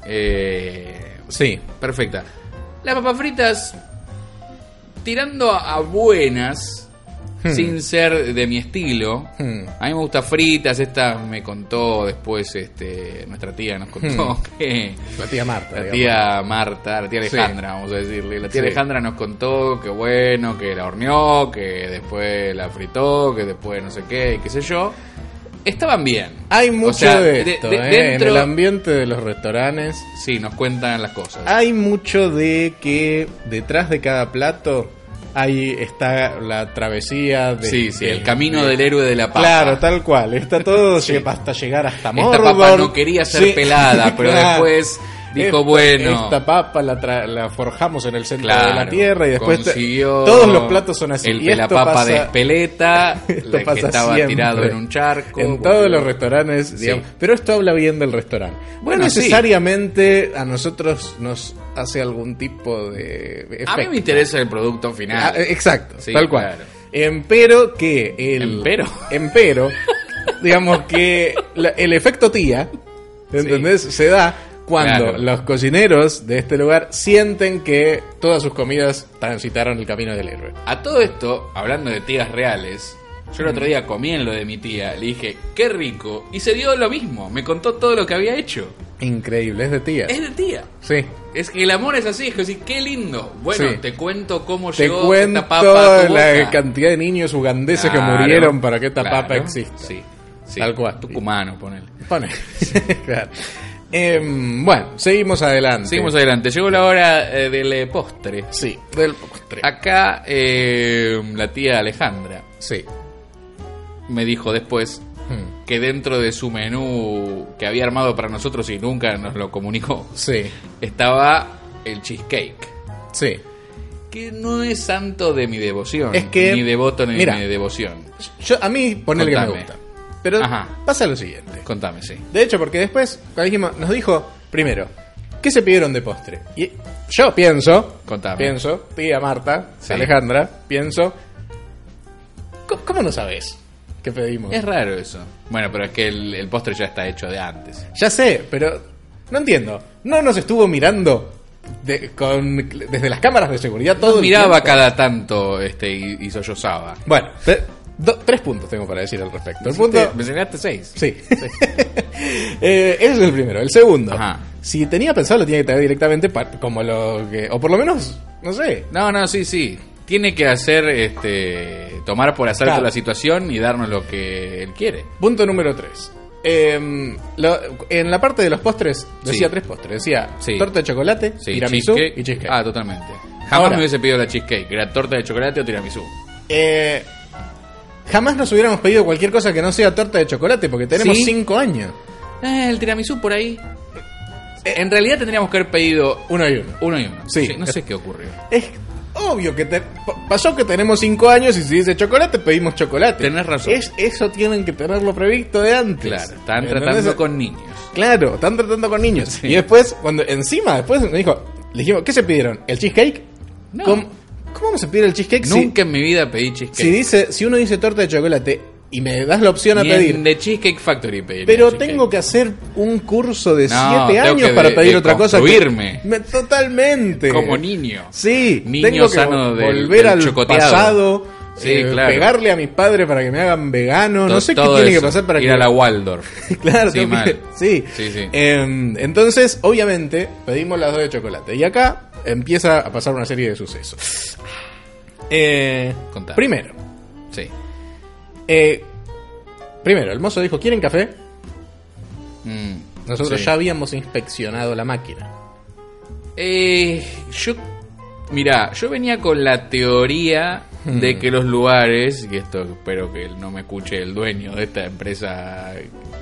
[SPEAKER 2] Eh,
[SPEAKER 3] Sí.
[SPEAKER 2] perfecta. Las papas fritas, tirando a a buenas, sin ser de mi estilo.
[SPEAKER 3] Hmm.
[SPEAKER 2] A mí me gusta fritas, esta me contó después, este, nuestra tía nos contó que
[SPEAKER 3] La tía Marta.
[SPEAKER 2] la
[SPEAKER 3] digamos.
[SPEAKER 2] tía Marta, la tía
[SPEAKER 3] Sí.
[SPEAKER 2] Alejandra, vamos a decirle. La tía
[SPEAKER 3] Sí.
[SPEAKER 2] Alejandra nos contó que bueno, que la horneó, que después la fritó, que después no sé qué, y qué sé yo. Estaban bien. Ah,
[SPEAKER 3] Hay
[SPEAKER 2] O
[SPEAKER 3] mucho
[SPEAKER 2] sea,
[SPEAKER 3] de esto.
[SPEAKER 2] de-
[SPEAKER 3] eh,
[SPEAKER 2] dentro-
[SPEAKER 3] En el ambiente de los restaurantes.
[SPEAKER 2] Sí, nos cuentan las cosas.
[SPEAKER 3] Hay mucho de que detrás de cada plato. Ahí está la travesía de,
[SPEAKER 2] sí, sí, el
[SPEAKER 3] de-
[SPEAKER 2] camino del héroe de la paz.
[SPEAKER 3] Claro, tal cual. Está todo llega- hasta llegar hasta
[SPEAKER 2] Esta
[SPEAKER 3] Mordor.
[SPEAKER 2] papa no quería ser pelada, pero después dijo,
[SPEAKER 3] Esta-
[SPEAKER 2] bueno.
[SPEAKER 3] Esta papa la, tra- la forjamos en el centro de la
[SPEAKER 2] Claro,
[SPEAKER 3] tierra y después te-
[SPEAKER 2] consiguió
[SPEAKER 3] todos los platos son así.
[SPEAKER 2] El
[SPEAKER 3] y esto
[SPEAKER 2] pelapapa
[SPEAKER 3] pasa-
[SPEAKER 2] de espeleta,
[SPEAKER 3] esto
[SPEAKER 2] la que
[SPEAKER 3] pasa
[SPEAKER 2] estaba
[SPEAKER 3] siempre.
[SPEAKER 2] tirado en un charco.
[SPEAKER 3] En
[SPEAKER 2] boludo.
[SPEAKER 3] todos los restaurantes, digamos.
[SPEAKER 2] Sí.
[SPEAKER 3] Pero esto habla bien del restaurante.
[SPEAKER 2] Bueno,
[SPEAKER 3] no necesariamente a nosotros nos hace algún tipo
[SPEAKER 2] A
[SPEAKER 3] de
[SPEAKER 2] mí
[SPEAKER 3] efecto.
[SPEAKER 2] me interesa el producto final.
[SPEAKER 3] Ah, eh, exacto,
[SPEAKER 2] Sí,
[SPEAKER 3] tal cual.
[SPEAKER 2] claro. Em,
[SPEAKER 3] Empero que el.
[SPEAKER 2] Empero.
[SPEAKER 3] Empero, digamos que la- el efecto tía, ¿entendés? Se da cuando
[SPEAKER 2] Claro.
[SPEAKER 3] los cocineros de este lugar sienten que todas sus comidas transitaron el camino del héroe.
[SPEAKER 2] A todo esto, hablando de tías reales, yo el otro día comí en lo de mi tía, le dije, qué rico, y se dio lo mismo, me contó todo lo que había hecho.
[SPEAKER 3] Increíble, es de tía.
[SPEAKER 2] Es de tía.
[SPEAKER 3] Sí.
[SPEAKER 2] Es que el amor es así, es que decís, qué lindo. Bueno,
[SPEAKER 3] Sí.
[SPEAKER 2] te cuento cómo
[SPEAKER 3] Te
[SPEAKER 2] llegó
[SPEAKER 3] cuento
[SPEAKER 2] esta papa a tu
[SPEAKER 3] la
[SPEAKER 2] boca.
[SPEAKER 3] cantidad de niños ugandeses
[SPEAKER 2] Claro,
[SPEAKER 3] que murieron para que esta
[SPEAKER 2] claro,
[SPEAKER 3] papa exista.
[SPEAKER 2] Sí, sí.
[SPEAKER 3] Tal cual.
[SPEAKER 2] Tucumano, ponele.
[SPEAKER 3] Pone. Claro. Em, bueno, seguimos adelante.
[SPEAKER 2] Seguimos adelante. Llegó la hora eh, del eh, postre.
[SPEAKER 3] Sí, del postre.
[SPEAKER 2] Acá eh, la tía Alejandra
[SPEAKER 3] Sí.
[SPEAKER 2] me dijo después
[SPEAKER 3] Hmm.
[SPEAKER 2] que dentro de su menú que había armado para nosotros y nunca nos lo comunicó,
[SPEAKER 3] Sí.
[SPEAKER 2] estaba el cheesecake.
[SPEAKER 3] Sí.
[SPEAKER 2] Que no es santo de mi devoción.
[SPEAKER 3] Es que-
[SPEAKER 2] Ni devoto ni
[SPEAKER 3] mira.
[SPEAKER 2] de mi devoción.
[SPEAKER 3] Yo, a mí, poner que me
[SPEAKER 2] Contame.
[SPEAKER 3] gusta. Pero
[SPEAKER 2] Ajá.
[SPEAKER 3] pasa lo siguiente.
[SPEAKER 2] Contame, sí.
[SPEAKER 3] De hecho, porque después cuando dijimos, nos dijo, primero, ¿qué se pidieron de postre? Y yo pienso,
[SPEAKER 2] Contame.
[SPEAKER 3] pienso, tía Marta,
[SPEAKER 2] Sí.
[SPEAKER 3] Alejandra, pienso, "Co- ¿cómo no sabes qué pedimos?
[SPEAKER 2] Es raro eso. Bueno, pero es que el, el postre ya está hecho de antes.
[SPEAKER 3] Ya sé, pero no entiendo. ¿No nos estuvo mirando de- con, desde las cámaras de seguridad todo el
[SPEAKER 2] Miraba
[SPEAKER 3] tiempo?
[SPEAKER 2] cada tanto este y, y sollozaba.
[SPEAKER 3] Bueno, te- do- tres puntos tengo para decir al respecto. El punto,
[SPEAKER 2] Te- Me enseñaste seis.
[SPEAKER 3] Sí. Eh, ese es el primero. El segundo.
[SPEAKER 2] Ajá.
[SPEAKER 3] Si tenía pensado, lo tenía que traer directamente, pa- como lo que. O por lo menos, no sé.
[SPEAKER 2] No, no, sí, sí. Tiene que hacer, este, tomar por asalto
[SPEAKER 3] Claro.
[SPEAKER 2] la situación y darnos lo que él quiere.
[SPEAKER 3] Punto número tres. Em, lo- en la parte de los postres, decía
[SPEAKER 2] Sí.
[SPEAKER 3] tres postres. Decía
[SPEAKER 2] Sí.
[SPEAKER 3] torta de chocolate,
[SPEAKER 2] Sí,
[SPEAKER 3] tiramisú y cheesecake.
[SPEAKER 2] Ah, totalmente. Jamás
[SPEAKER 3] Ahora.
[SPEAKER 2] me hubiese pedido la cheesecake. Era torta de chocolate o tiramisú.
[SPEAKER 3] Eh, jamás nos hubiéramos pedido cualquier cosa que no sea torta de chocolate, porque tenemos
[SPEAKER 2] Sí.
[SPEAKER 3] cinco años.
[SPEAKER 2] Eh, el tiramisú por ahí. Eh, En realidad tendríamos que haber pedido
[SPEAKER 3] Uno y uno.
[SPEAKER 2] uno y uno.
[SPEAKER 3] Sí.
[SPEAKER 2] no sé qué ocurrió.
[SPEAKER 3] Es obvio que te- pa- pasó que tenemos 5 años y si dice chocolate, pedimos chocolate.
[SPEAKER 2] Tenés razón.
[SPEAKER 3] Es, eso tienen que tenerlo previsto de antes.
[SPEAKER 2] Claro, estaban
[SPEAKER 3] ¿Entendés?
[SPEAKER 2] tratando con niños.
[SPEAKER 3] Claro, están tratando con niños. Y después, cuando encima, después me dijo, le dijimos, ¿qué se pidieron? ¿El cheesecake?
[SPEAKER 2] No.
[SPEAKER 3] ¿Cómo, cómo vamos a pedir el cheesecake si-
[SPEAKER 2] Nunca en mi vida pedí
[SPEAKER 3] si,
[SPEAKER 2] cheesecake.
[SPEAKER 3] dice, si uno dice torta de chocolate y me das la opción a
[SPEAKER 2] Ni
[SPEAKER 3] pedir?
[SPEAKER 2] en The Cheesecake Factory pedí.
[SPEAKER 3] Pero tengo que hacer un curso
[SPEAKER 2] No,
[SPEAKER 3] de 7
[SPEAKER 2] tengo
[SPEAKER 3] años
[SPEAKER 2] que
[SPEAKER 3] para
[SPEAKER 2] de-
[SPEAKER 3] pedir
[SPEAKER 2] de
[SPEAKER 3] otra cosa. que-
[SPEAKER 2] construirme.
[SPEAKER 3] Me- totalmente.
[SPEAKER 2] Como niño.
[SPEAKER 3] Sí,
[SPEAKER 2] Niño
[SPEAKER 3] tengo que
[SPEAKER 2] sano
[SPEAKER 3] vol-
[SPEAKER 2] del-
[SPEAKER 3] volver
[SPEAKER 2] del
[SPEAKER 3] al
[SPEAKER 2] chocoteado.
[SPEAKER 3] pasado,
[SPEAKER 2] Sí,
[SPEAKER 3] eh,
[SPEAKER 2] claro.
[SPEAKER 3] pegarle a mis padres para que me hagan vegano, no
[SPEAKER 2] To-
[SPEAKER 3] sé qué
[SPEAKER 2] todo
[SPEAKER 3] tiene que
[SPEAKER 2] eso.
[SPEAKER 3] pasar para
[SPEAKER 2] ir
[SPEAKER 3] que
[SPEAKER 2] a la Waldorf.
[SPEAKER 3] Claro,
[SPEAKER 2] sí,
[SPEAKER 3] tengo que-
[SPEAKER 2] mal.
[SPEAKER 3] sí.
[SPEAKER 2] Sí, sí.
[SPEAKER 3] Em, entonces, obviamente, pedimos las dos de chocolate y acá empieza a pasar una serie de sucesos. Ah. Eh,
[SPEAKER 2] Contame.
[SPEAKER 3] primero,
[SPEAKER 2] Sí.
[SPEAKER 3] eh, primero el mozo dijo, "¿Quieren café?"
[SPEAKER 2] Mm,
[SPEAKER 3] Nosotros
[SPEAKER 2] sí.
[SPEAKER 3] ya habíamos inspeccionado la máquina.
[SPEAKER 2] Eh, yo. Mirá, yo venía con la teoría
[SPEAKER 3] Hmm.
[SPEAKER 2] de que los lugares, y esto espero que no me escuche el dueño de esta empresa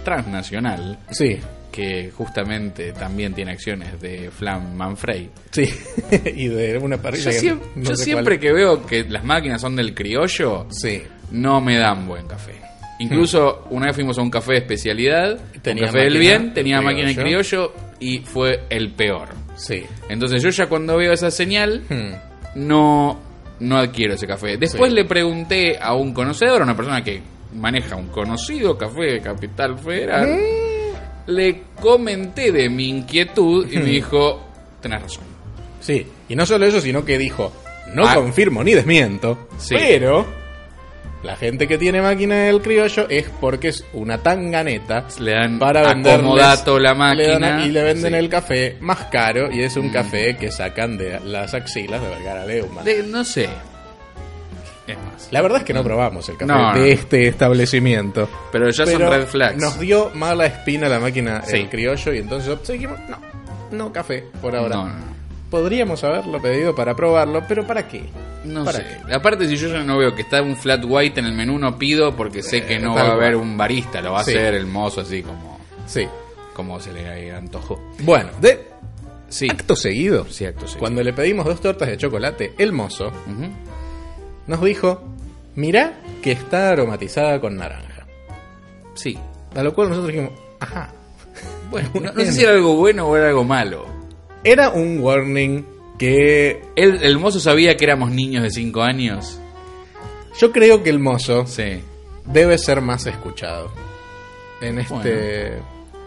[SPEAKER 2] transnacional,
[SPEAKER 3] Sí.
[SPEAKER 2] que justamente también tiene acciones de Flan Manfrey.
[SPEAKER 3] Sí, y de una parrilla.
[SPEAKER 2] Yo,
[SPEAKER 3] que
[SPEAKER 2] siempre,
[SPEAKER 3] no
[SPEAKER 2] yo
[SPEAKER 3] sé
[SPEAKER 2] siempre
[SPEAKER 3] cuál.
[SPEAKER 2] que veo que las máquinas son del criollo,
[SPEAKER 3] Sí.
[SPEAKER 2] no me dan buen café. Incluso una vez fuimos a un café de especialidad,
[SPEAKER 3] Hmm. Tenía
[SPEAKER 2] un café del
[SPEAKER 3] máquina
[SPEAKER 2] bien,
[SPEAKER 3] de
[SPEAKER 2] tenía máquina de
[SPEAKER 3] criollo.
[SPEAKER 2] criollo y fue el peor.
[SPEAKER 3] Sí. Hmm.
[SPEAKER 2] Entonces yo ya cuando veo esa señal, no, no adquiero ese café. Después
[SPEAKER 3] Sí.
[SPEAKER 2] le pregunté a un conocedor, a una persona que maneja un conocido café de Capital Federal,
[SPEAKER 3] ¿Eh?
[SPEAKER 2] le comenté de mi inquietud y me dijo, tenés razón.
[SPEAKER 3] Sí. Y no solo eso, sino que dijo, no
[SPEAKER 2] Ah.
[SPEAKER 3] confirmo ni desmiento,
[SPEAKER 2] Sí.
[SPEAKER 3] pero la gente que tiene máquina del criollo es porque es una tanganeta
[SPEAKER 2] Le dan
[SPEAKER 3] para vender
[SPEAKER 2] acomodato la máquina.
[SPEAKER 3] y le venden
[SPEAKER 2] Sí. Mm.
[SPEAKER 3] el café más caro y es un café que sacan de las axilas de Vergara Leumann.
[SPEAKER 2] De- no sé. Es más.
[SPEAKER 3] La verdad es que no probamos el café
[SPEAKER 2] No, no.
[SPEAKER 3] de este establecimiento.
[SPEAKER 2] Pero ya
[SPEAKER 3] Pero
[SPEAKER 2] son red flags.
[SPEAKER 3] Nos dio mala espina la máquina del
[SPEAKER 2] Sí.
[SPEAKER 3] criollo y entonces opté- dijimos, no, no café por ahora.
[SPEAKER 2] No, no,
[SPEAKER 3] Podríamos haberlo pedido para probarlo, pero ¿para qué?
[SPEAKER 2] no
[SPEAKER 3] ¿Para
[SPEAKER 2] sé. Aparte, si yo ya no veo que está un flat white en el menú, no pido porque sé que
[SPEAKER 3] Eh,
[SPEAKER 2] no va
[SPEAKER 3] tal
[SPEAKER 2] a haber
[SPEAKER 3] cual.
[SPEAKER 2] un barista, lo va
[SPEAKER 3] Sí.
[SPEAKER 2] a hacer el mozo así como,
[SPEAKER 3] Sí.
[SPEAKER 2] como se le antojó.
[SPEAKER 3] Bueno, de
[SPEAKER 2] Sí,
[SPEAKER 3] acto seguido,
[SPEAKER 2] sí, acto seguido.
[SPEAKER 3] cuando le pedimos dos tortas de chocolate, el mozo
[SPEAKER 2] Ujú.
[SPEAKER 3] nos dijo, mirá que está aromatizada con naranja.
[SPEAKER 2] Sí.
[SPEAKER 3] A lo cual nosotros dijimos, ajá.
[SPEAKER 2] Bueno, no, no sé si era algo bueno o era algo malo.
[SPEAKER 3] Era un warning que
[SPEAKER 2] El, el mozo sabía que éramos niños de 5 años.
[SPEAKER 3] yo creo que el mozo
[SPEAKER 2] Sí.
[SPEAKER 3] debe ser más escuchado. En este...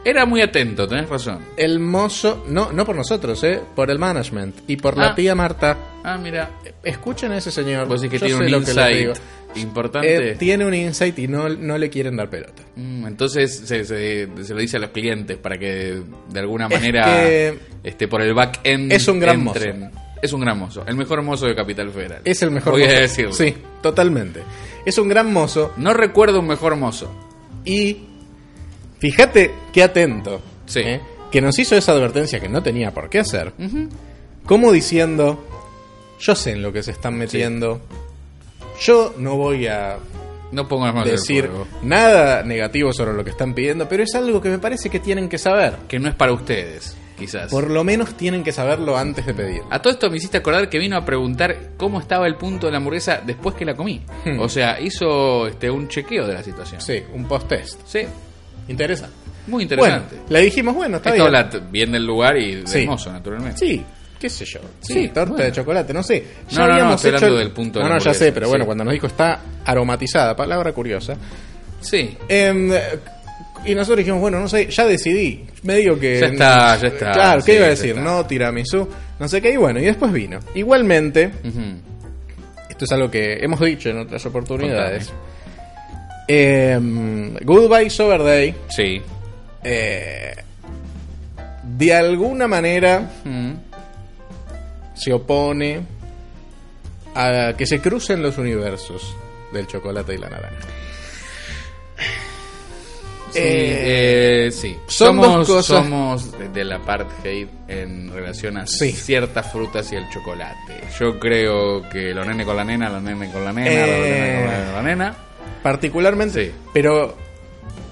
[SPEAKER 2] Era muy atento, tenés razón.
[SPEAKER 3] El mozo, no, no por nosotros, ¿eh? por el management y por la
[SPEAKER 2] Ah.
[SPEAKER 3] tía Marta.
[SPEAKER 2] Ah, mira.
[SPEAKER 3] Escuchen a ese señor.
[SPEAKER 2] Vos decís que
[SPEAKER 3] yo sé
[SPEAKER 2] tiene
[SPEAKER 3] lo
[SPEAKER 2] un
[SPEAKER 3] que les
[SPEAKER 2] insight
[SPEAKER 3] digo.
[SPEAKER 2] importante.
[SPEAKER 3] Eh, tiene un insight y no, no le quieren dar pelota.
[SPEAKER 2] Mm, Entonces se, se- se lo dice a los clientes para que de alguna manera
[SPEAKER 3] que-
[SPEAKER 2] este, por el back end
[SPEAKER 3] Es un gran mozo.
[SPEAKER 2] Es un gran mozo, el mejor mozo de Capital Federal.
[SPEAKER 3] Es el mejor
[SPEAKER 2] Voy
[SPEAKER 3] mozo.
[SPEAKER 2] a decirlo.
[SPEAKER 3] Sí, totalmente. Es un gran mozo
[SPEAKER 2] No recuerdo un mejor mozo.
[SPEAKER 3] y fíjate qué atento.
[SPEAKER 2] Sí.
[SPEAKER 3] ¿eh? Que nos hizo esa advertencia que no tenía por qué hacer.
[SPEAKER 2] Ujú.
[SPEAKER 3] Como diciendo, yo sé en lo que se están metiendo. Yo no voy a
[SPEAKER 2] No pongo las manos en el
[SPEAKER 3] decir
[SPEAKER 2] fuego.
[SPEAKER 3] nada negativo sobre lo que están pidiendo, pero es algo que me parece que tienen que saber.
[SPEAKER 2] Que no es para ustedes, quizás.
[SPEAKER 3] Por lo menos tienen que saberlo antes de pedir. Ah,
[SPEAKER 2] A todo esto me hiciste acordar que vino a preguntar cómo estaba el punto de la hamburguesa después que la comí.
[SPEAKER 3] Hmm.
[SPEAKER 2] O sea, hizo este, un chequeo de la situación.
[SPEAKER 3] Sí, un post-test.
[SPEAKER 2] Sí,
[SPEAKER 3] Interesante.
[SPEAKER 2] muy interesante.
[SPEAKER 3] Bueno, le dijimos, bueno, está
[SPEAKER 2] Esto
[SPEAKER 3] bien.
[SPEAKER 2] habla t- bien del lugar y del
[SPEAKER 3] Sí.
[SPEAKER 2] mozo, naturalmente.
[SPEAKER 3] Sí, qué sé yo. Sí,
[SPEAKER 2] Sí,
[SPEAKER 3] torta
[SPEAKER 2] bueno.
[SPEAKER 3] de chocolate, no sé.
[SPEAKER 2] No, no, no,
[SPEAKER 3] habíamos
[SPEAKER 2] estoy
[SPEAKER 3] hecho
[SPEAKER 2] hablando del punto de
[SPEAKER 3] No,
[SPEAKER 2] la
[SPEAKER 3] no, ya sé,
[SPEAKER 2] hamburguesa,
[SPEAKER 3] pero bueno,
[SPEAKER 2] sí.
[SPEAKER 3] cuando nos dijo está aromatizada, palabra curiosa.
[SPEAKER 2] Sí.
[SPEAKER 3] Em, y nosotros dijimos, bueno, no sé, ya decidí. Medio que.
[SPEAKER 2] Ya está, ya está,
[SPEAKER 3] Claro, ¿qué
[SPEAKER 2] sí,
[SPEAKER 3] iba a
[SPEAKER 2] ya
[SPEAKER 3] decir?
[SPEAKER 2] está.
[SPEAKER 3] No, tiramisú, no sé qué. Y bueno, y después vino. Igualmente,
[SPEAKER 2] Ujú.
[SPEAKER 3] Esto es algo que hemos dicho en otras oportunidades. Em, Goodbye Sober Day,
[SPEAKER 2] Sí.
[SPEAKER 3] eh, de alguna manera
[SPEAKER 2] Mm.
[SPEAKER 3] se opone a que se crucen los universos del chocolate y la naranja.
[SPEAKER 2] Sí, eh, sí.
[SPEAKER 3] son
[SPEAKER 2] somos,
[SPEAKER 3] dos cosas-
[SPEAKER 2] somos de- de la parte hate en relación a
[SPEAKER 3] Sí.
[SPEAKER 2] ciertas frutas y el chocolate. Yo creo que lo nene con la nena, lo nene con la nena, lo
[SPEAKER 3] Eh.
[SPEAKER 2] nene con la, la nena.
[SPEAKER 3] Particularmente,
[SPEAKER 2] Sí.
[SPEAKER 3] pero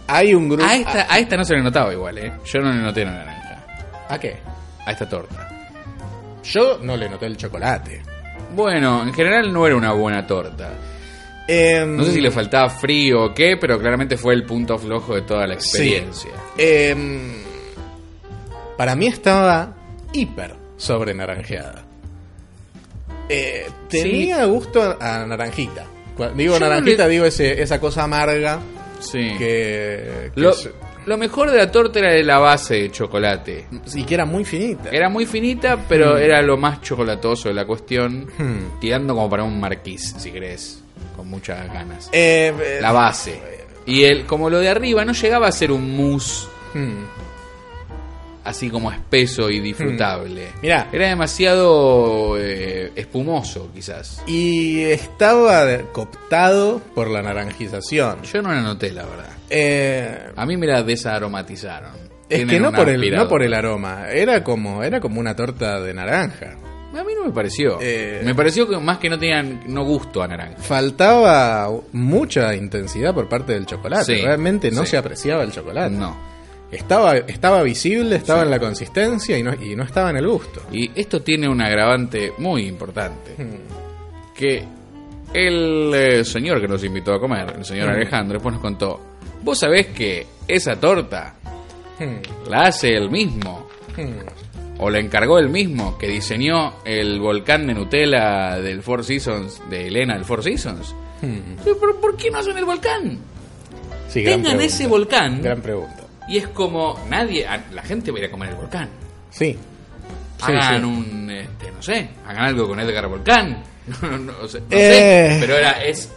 [SPEAKER 3] hay un grupo...
[SPEAKER 2] A esta, a esta no se le notaba igual, ¿eh? Yo no le noté la naranja.
[SPEAKER 3] ¿A- ¿A qué?
[SPEAKER 2] A esta torta.
[SPEAKER 3] Yo no le noté el chocolate.
[SPEAKER 2] Bueno, en general no era una buena torta.
[SPEAKER 3] Em,
[SPEAKER 2] No sé si le faltaba frío o qué, pero claramente fue el punto flojo de toda la
[SPEAKER 3] Sí.
[SPEAKER 2] experiencia.
[SPEAKER 3] Em, para mí estaba hiper sobre naranjeada. Eh, tenía gusto a, a naranjita. Cua- Digo
[SPEAKER 2] Yo no
[SPEAKER 3] naranjita,
[SPEAKER 2] le-
[SPEAKER 3] digo ese- esa cosa amarga
[SPEAKER 2] Sí.
[SPEAKER 3] que, que
[SPEAKER 2] Lo,
[SPEAKER 3] se-
[SPEAKER 2] lo mejor de la torta era la base de chocolate.
[SPEAKER 3] y que era muy finita.
[SPEAKER 2] Era muy finita, pero
[SPEAKER 3] Mm.
[SPEAKER 2] era lo más chocolatoso de la cuestión.
[SPEAKER 3] Hmm.
[SPEAKER 2] Tirando como para un marquís, si querés. Con muchas ganas.
[SPEAKER 3] Eh, eh,
[SPEAKER 2] La base. Y el, como lo de arriba no llegaba a ser un mousse
[SPEAKER 3] hmm.
[SPEAKER 2] así como espeso y disfrutable.
[SPEAKER 3] Mirá.
[SPEAKER 2] Era demasiado eh, espumoso, quizás.
[SPEAKER 3] Y estaba cooptado por la naranjización.
[SPEAKER 2] Yo no la noté, la verdad.
[SPEAKER 3] Eh,
[SPEAKER 2] A mí me la desaromatizaron.
[SPEAKER 3] es
[SPEAKER 2] Tienen
[SPEAKER 3] que no
[SPEAKER 2] un
[SPEAKER 3] por, el, no
[SPEAKER 2] aspirado.
[SPEAKER 3] por el aroma, era como, era como una torta de naranja.
[SPEAKER 2] A mí no me pareció.
[SPEAKER 3] Eh.
[SPEAKER 2] Me pareció que más que no tenían no gusto a naranja.
[SPEAKER 3] faltaba mucha intensidad por parte del chocolate.
[SPEAKER 2] Sí,
[SPEAKER 3] Realmente no
[SPEAKER 2] sí.
[SPEAKER 3] se apreciaba el chocolate.
[SPEAKER 2] No.
[SPEAKER 3] Estaba, estaba visible, estaba en la consistencia y no, y no estaba en el gusto.
[SPEAKER 2] Y esto tiene un agravante muy importante.
[SPEAKER 3] Hmm.
[SPEAKER 2] Que el eh, señor que nos invitó a comer, el señor
[SPEAKER 3] Mm.
[SPEAKER 2] Alejandro, después nos contó, vos sabés que esa torta
[SPEAKER 3] Hmm,
[SPEAKER 2] la hace él mismo,
[SPEAKER 3] hmm.
[SPEAKER 2] o la encargó él mismo, que diseñó el volcán de Nutella del Four Seasons, de Elena del Four Seasons.
[SPEAKER 3] Hmm.
[SPEAKER 2] Pero, ¿Por, por qué no hacen el volcán?
[SPEAKER 3] Sí, gran
[SPEAKER 2] Tengan
[SPEAKER 3] pregunta.
[SPEAKER 2] ese volcán
[SPEAKER 3] Gran pregunta.
[SPEAKER 2] y es como nadie, a- la gente va a ir a comer el volcán.
[SPEAKER 3] Sí. Sí,
[SPEAKER 2] hagan
[SPEAKER 3] sí.
[SPEAKER 2] un, este, no sé, hagan algo con Edgar Volcán. No, no, o sea, no
[SPEAKER 3] Eh.
[SPEAKER 2] sé, pero era, es,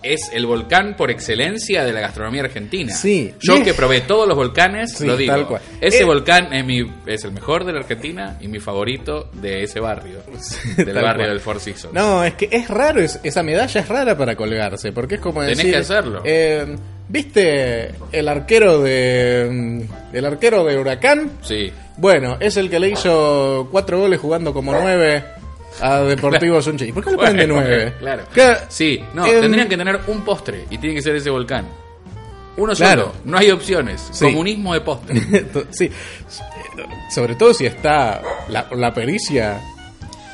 [SPEAKER 2] es el volcán por excelencia de la gastronomía argentina.
[SPEAKER 3] Sí.
[SPEAKER 2] Yo
[SPEAKER 3] Y
[SPEAKER 2] que
[SPEAKER 3] es-
[SPEAKER 2] probé todos los volcanes,
[SPEAKER 3] Sí,
[SPEAKER 2] lo digo.
[SPEAKER 3] tal cual.
[SPEAKER 2] Ese
[SPEAKER 3] Eh.
[SPEAKER 2] volcán es, mi, es el mejor de la Argentina y mi favorito de ese barrio, del
[SPEAKER 3] tal
[SPEAKER 2] barrio
[SPEAKER 3] cual.
[SPEAKER 2] del Four Seasons.
[SPEAKER 3] No, es que es raro, es- esa medalla es rara para colgarse, porque es como
[SPEAKER 2] Tenés
[SPEAKER 3] decir...
[SPEAKER 2] que hacerlo.
[SPEAKER 3] eh, ¿Viste el arquero de... mm, el arquero de Huracán?
[SPEAKER 2] Sí.
[SPEAKER 3] Bueno, es el que le hizo cuatro goles jugando como nueve a Deportivo Sunchi. ¿Por qué le ponen de
[SPEAKER 2] Bueno,
[SPEAKER 3] nueve?
[SPEAKER 2] Claro.
[SPEAKER 3] Que-
[SPEAKER 2] Sí, no,
[SPEAKER 3] em,
[SPEAKER 2] tendrían que tener un postre y tiene que ser ese volcán. Uno
[SPEAKER 3] Claro.
[SPEAKER 2] solo, no hay opciones.
[SPEAKER 3] Sí.
[SPEAKER 2] Comunismo de postre.
[SPEAKER 3] sí. Sobre todo si está la, la pericia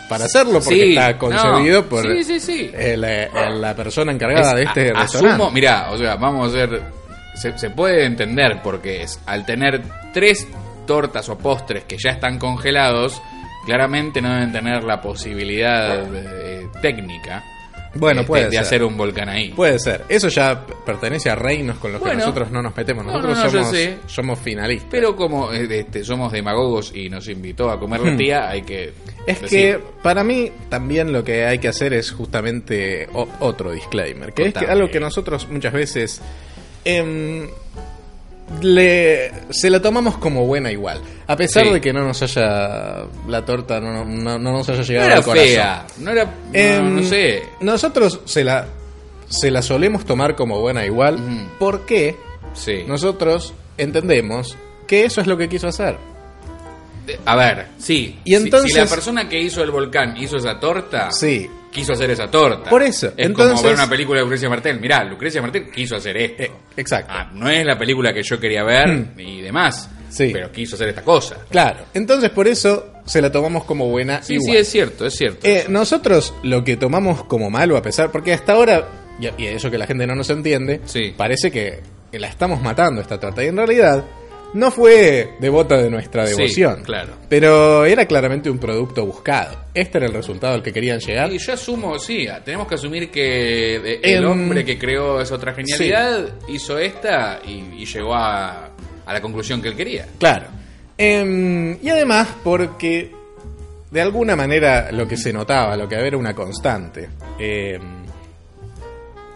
[SPEAKER 3] para hacerlo, porque
[SPEAKER 2] Sí,
[SPEAKER 3] está concebido
[SPEAKER 2] no,
[SPEAKER 3] por
[SPEAKER 2] sí, sí, sí.
[SPEAKER 3] el, eh, la persona encargada de
[SPEAKER 2] Es-
[SPEAKER 3] este
[SPEAKER 2] a-
[SPEAKER 3] restaurante.
[SPEAKER 2] Asumo, mirá, o sea, vamos a hacer. Se, se puede entender porque es. Al tener tres tortas o postres que ya están congelados, claramente no deben tener la posibilidad eh, técnica.
[SPEAKER 3] Bueno,
[SPEAKER 2] eh, de-
[SPEAKER 3] puede
[SPEAKER 2] de,
[SPEAKER 3] ser.
[SPEAKER 2] hacer un volcán ahí.
[SPEAKER 3] Puede ser. Eso ya p- pertenece a reinos con los que
[SPEAKER 2] Bueno.
[SPEAKER 3] nosotros no nos metemos.
[SPEAKER 2] No,
[SPEAKER 3] Nosotros
[SPEAKER 2] no, no, yo
[SPEAKER 3] somos,
[SPEAKER 2] sé.
[SPEAKER 3] somos finalistas.
[SPEAKER 2] Pero como eh, este, somos demagogos y nos invitó a comer la tía, hay que.
[SPEAKER 3] Hmm. Es
[SPEAKER 2] decir,
[SPEAKER 3] que para mí también lo que hay que hacer es justamente o- otro disclaimer, que es que
[SPEAKER 2] Contame.
[SPEAKER 3] algo que nosotros muchas veces em, le, se la tomamos como buena igual, a pesar
[SPEAKER 2] Sí.
[SPEAKER 3] de que no nos haya la torta no, no, no nos haya
[SPEAKER 2] No
[SPEAKER 3] llegado
[SPEAKER 2] era
[SPEAKER 3] al corazón.
[SPEAKER 2] fea, no era. no-
[SPEAKER 3] Em,
[SPEAKER 2] no sé.
[SPEAKER 3] Nosotros se la se la solemos tomar como buena igual
[SPEAKER 2] Ujú.
[SPEAKER 3] porque
[SPEAKER 2] Sí.
[SPEAKER 3] nosotros entendemos que eso es lo que quiso hacer.
[SPEAKER 2] De- A ver, sí.
[SPEAKER 3] Y
[SPEAKER 2] Si- Si, la
[SPEAKER 3] entonces-
[SPEAKER 2] persona que hizo el volcán hizo esa torta,
[SPEAKER 3] Sí.
[SPEAKER 2] quiso hacer esa torta.
[SPEAKER 3] Por eso,
[SPEAKER 2] Es como
[SPEAKER 3] entonces-
[SPEAKER 2] ver una película de Lucrecia Martel. Mirá, Lucrecia Martel quiso hacer esto.
[SPEAKER 3] Eh, exacto.
[SPEAKER 2] Ah, no es la película que yo quería ver y demás.
[SPEAKER 3] Sí.
[SPEAKER 2] Pero quiso hacer esta cosa.
[SPEAKER 3] Claro. Entonces por eso se la tomamos como buena
[SPEAKER 2] Sí,
[SPEAKER 3] igual.
[SPEAKER 2] sí, es cierto, es cierto.
[SPEAKER 3] Eh, nosotros lo que tomamos como malo, a pesar, porque hasta ahora, y, y eso que la gente no nos entiende,
[SPEAKER 2] Sí.
[SPEAKER 3] parece que la estamos matando esta torta. Y en realidad no fue devota de nuestra
[SPEAKER 2] Sí,
[SPEAKER 3] devoción.
[SPEAKER 2] claro.
[SPEAKER 3] Pero era claramente un producto buscado. Este era el resultado al que querían llegar.
[SPEAKER 2] Y yo asumo, sí, tenemos que asumir que eh, el
[SPEAKER 3] Em,
[SPEAKER 2] hombre que creó esa otra genialidad hizo esta y, y llegó a, a la conclusión que él quería.
[SPEAKER 3] Claro. Em, y además porque de alguna manera lo que se notaba, lo que había era una constante. Em,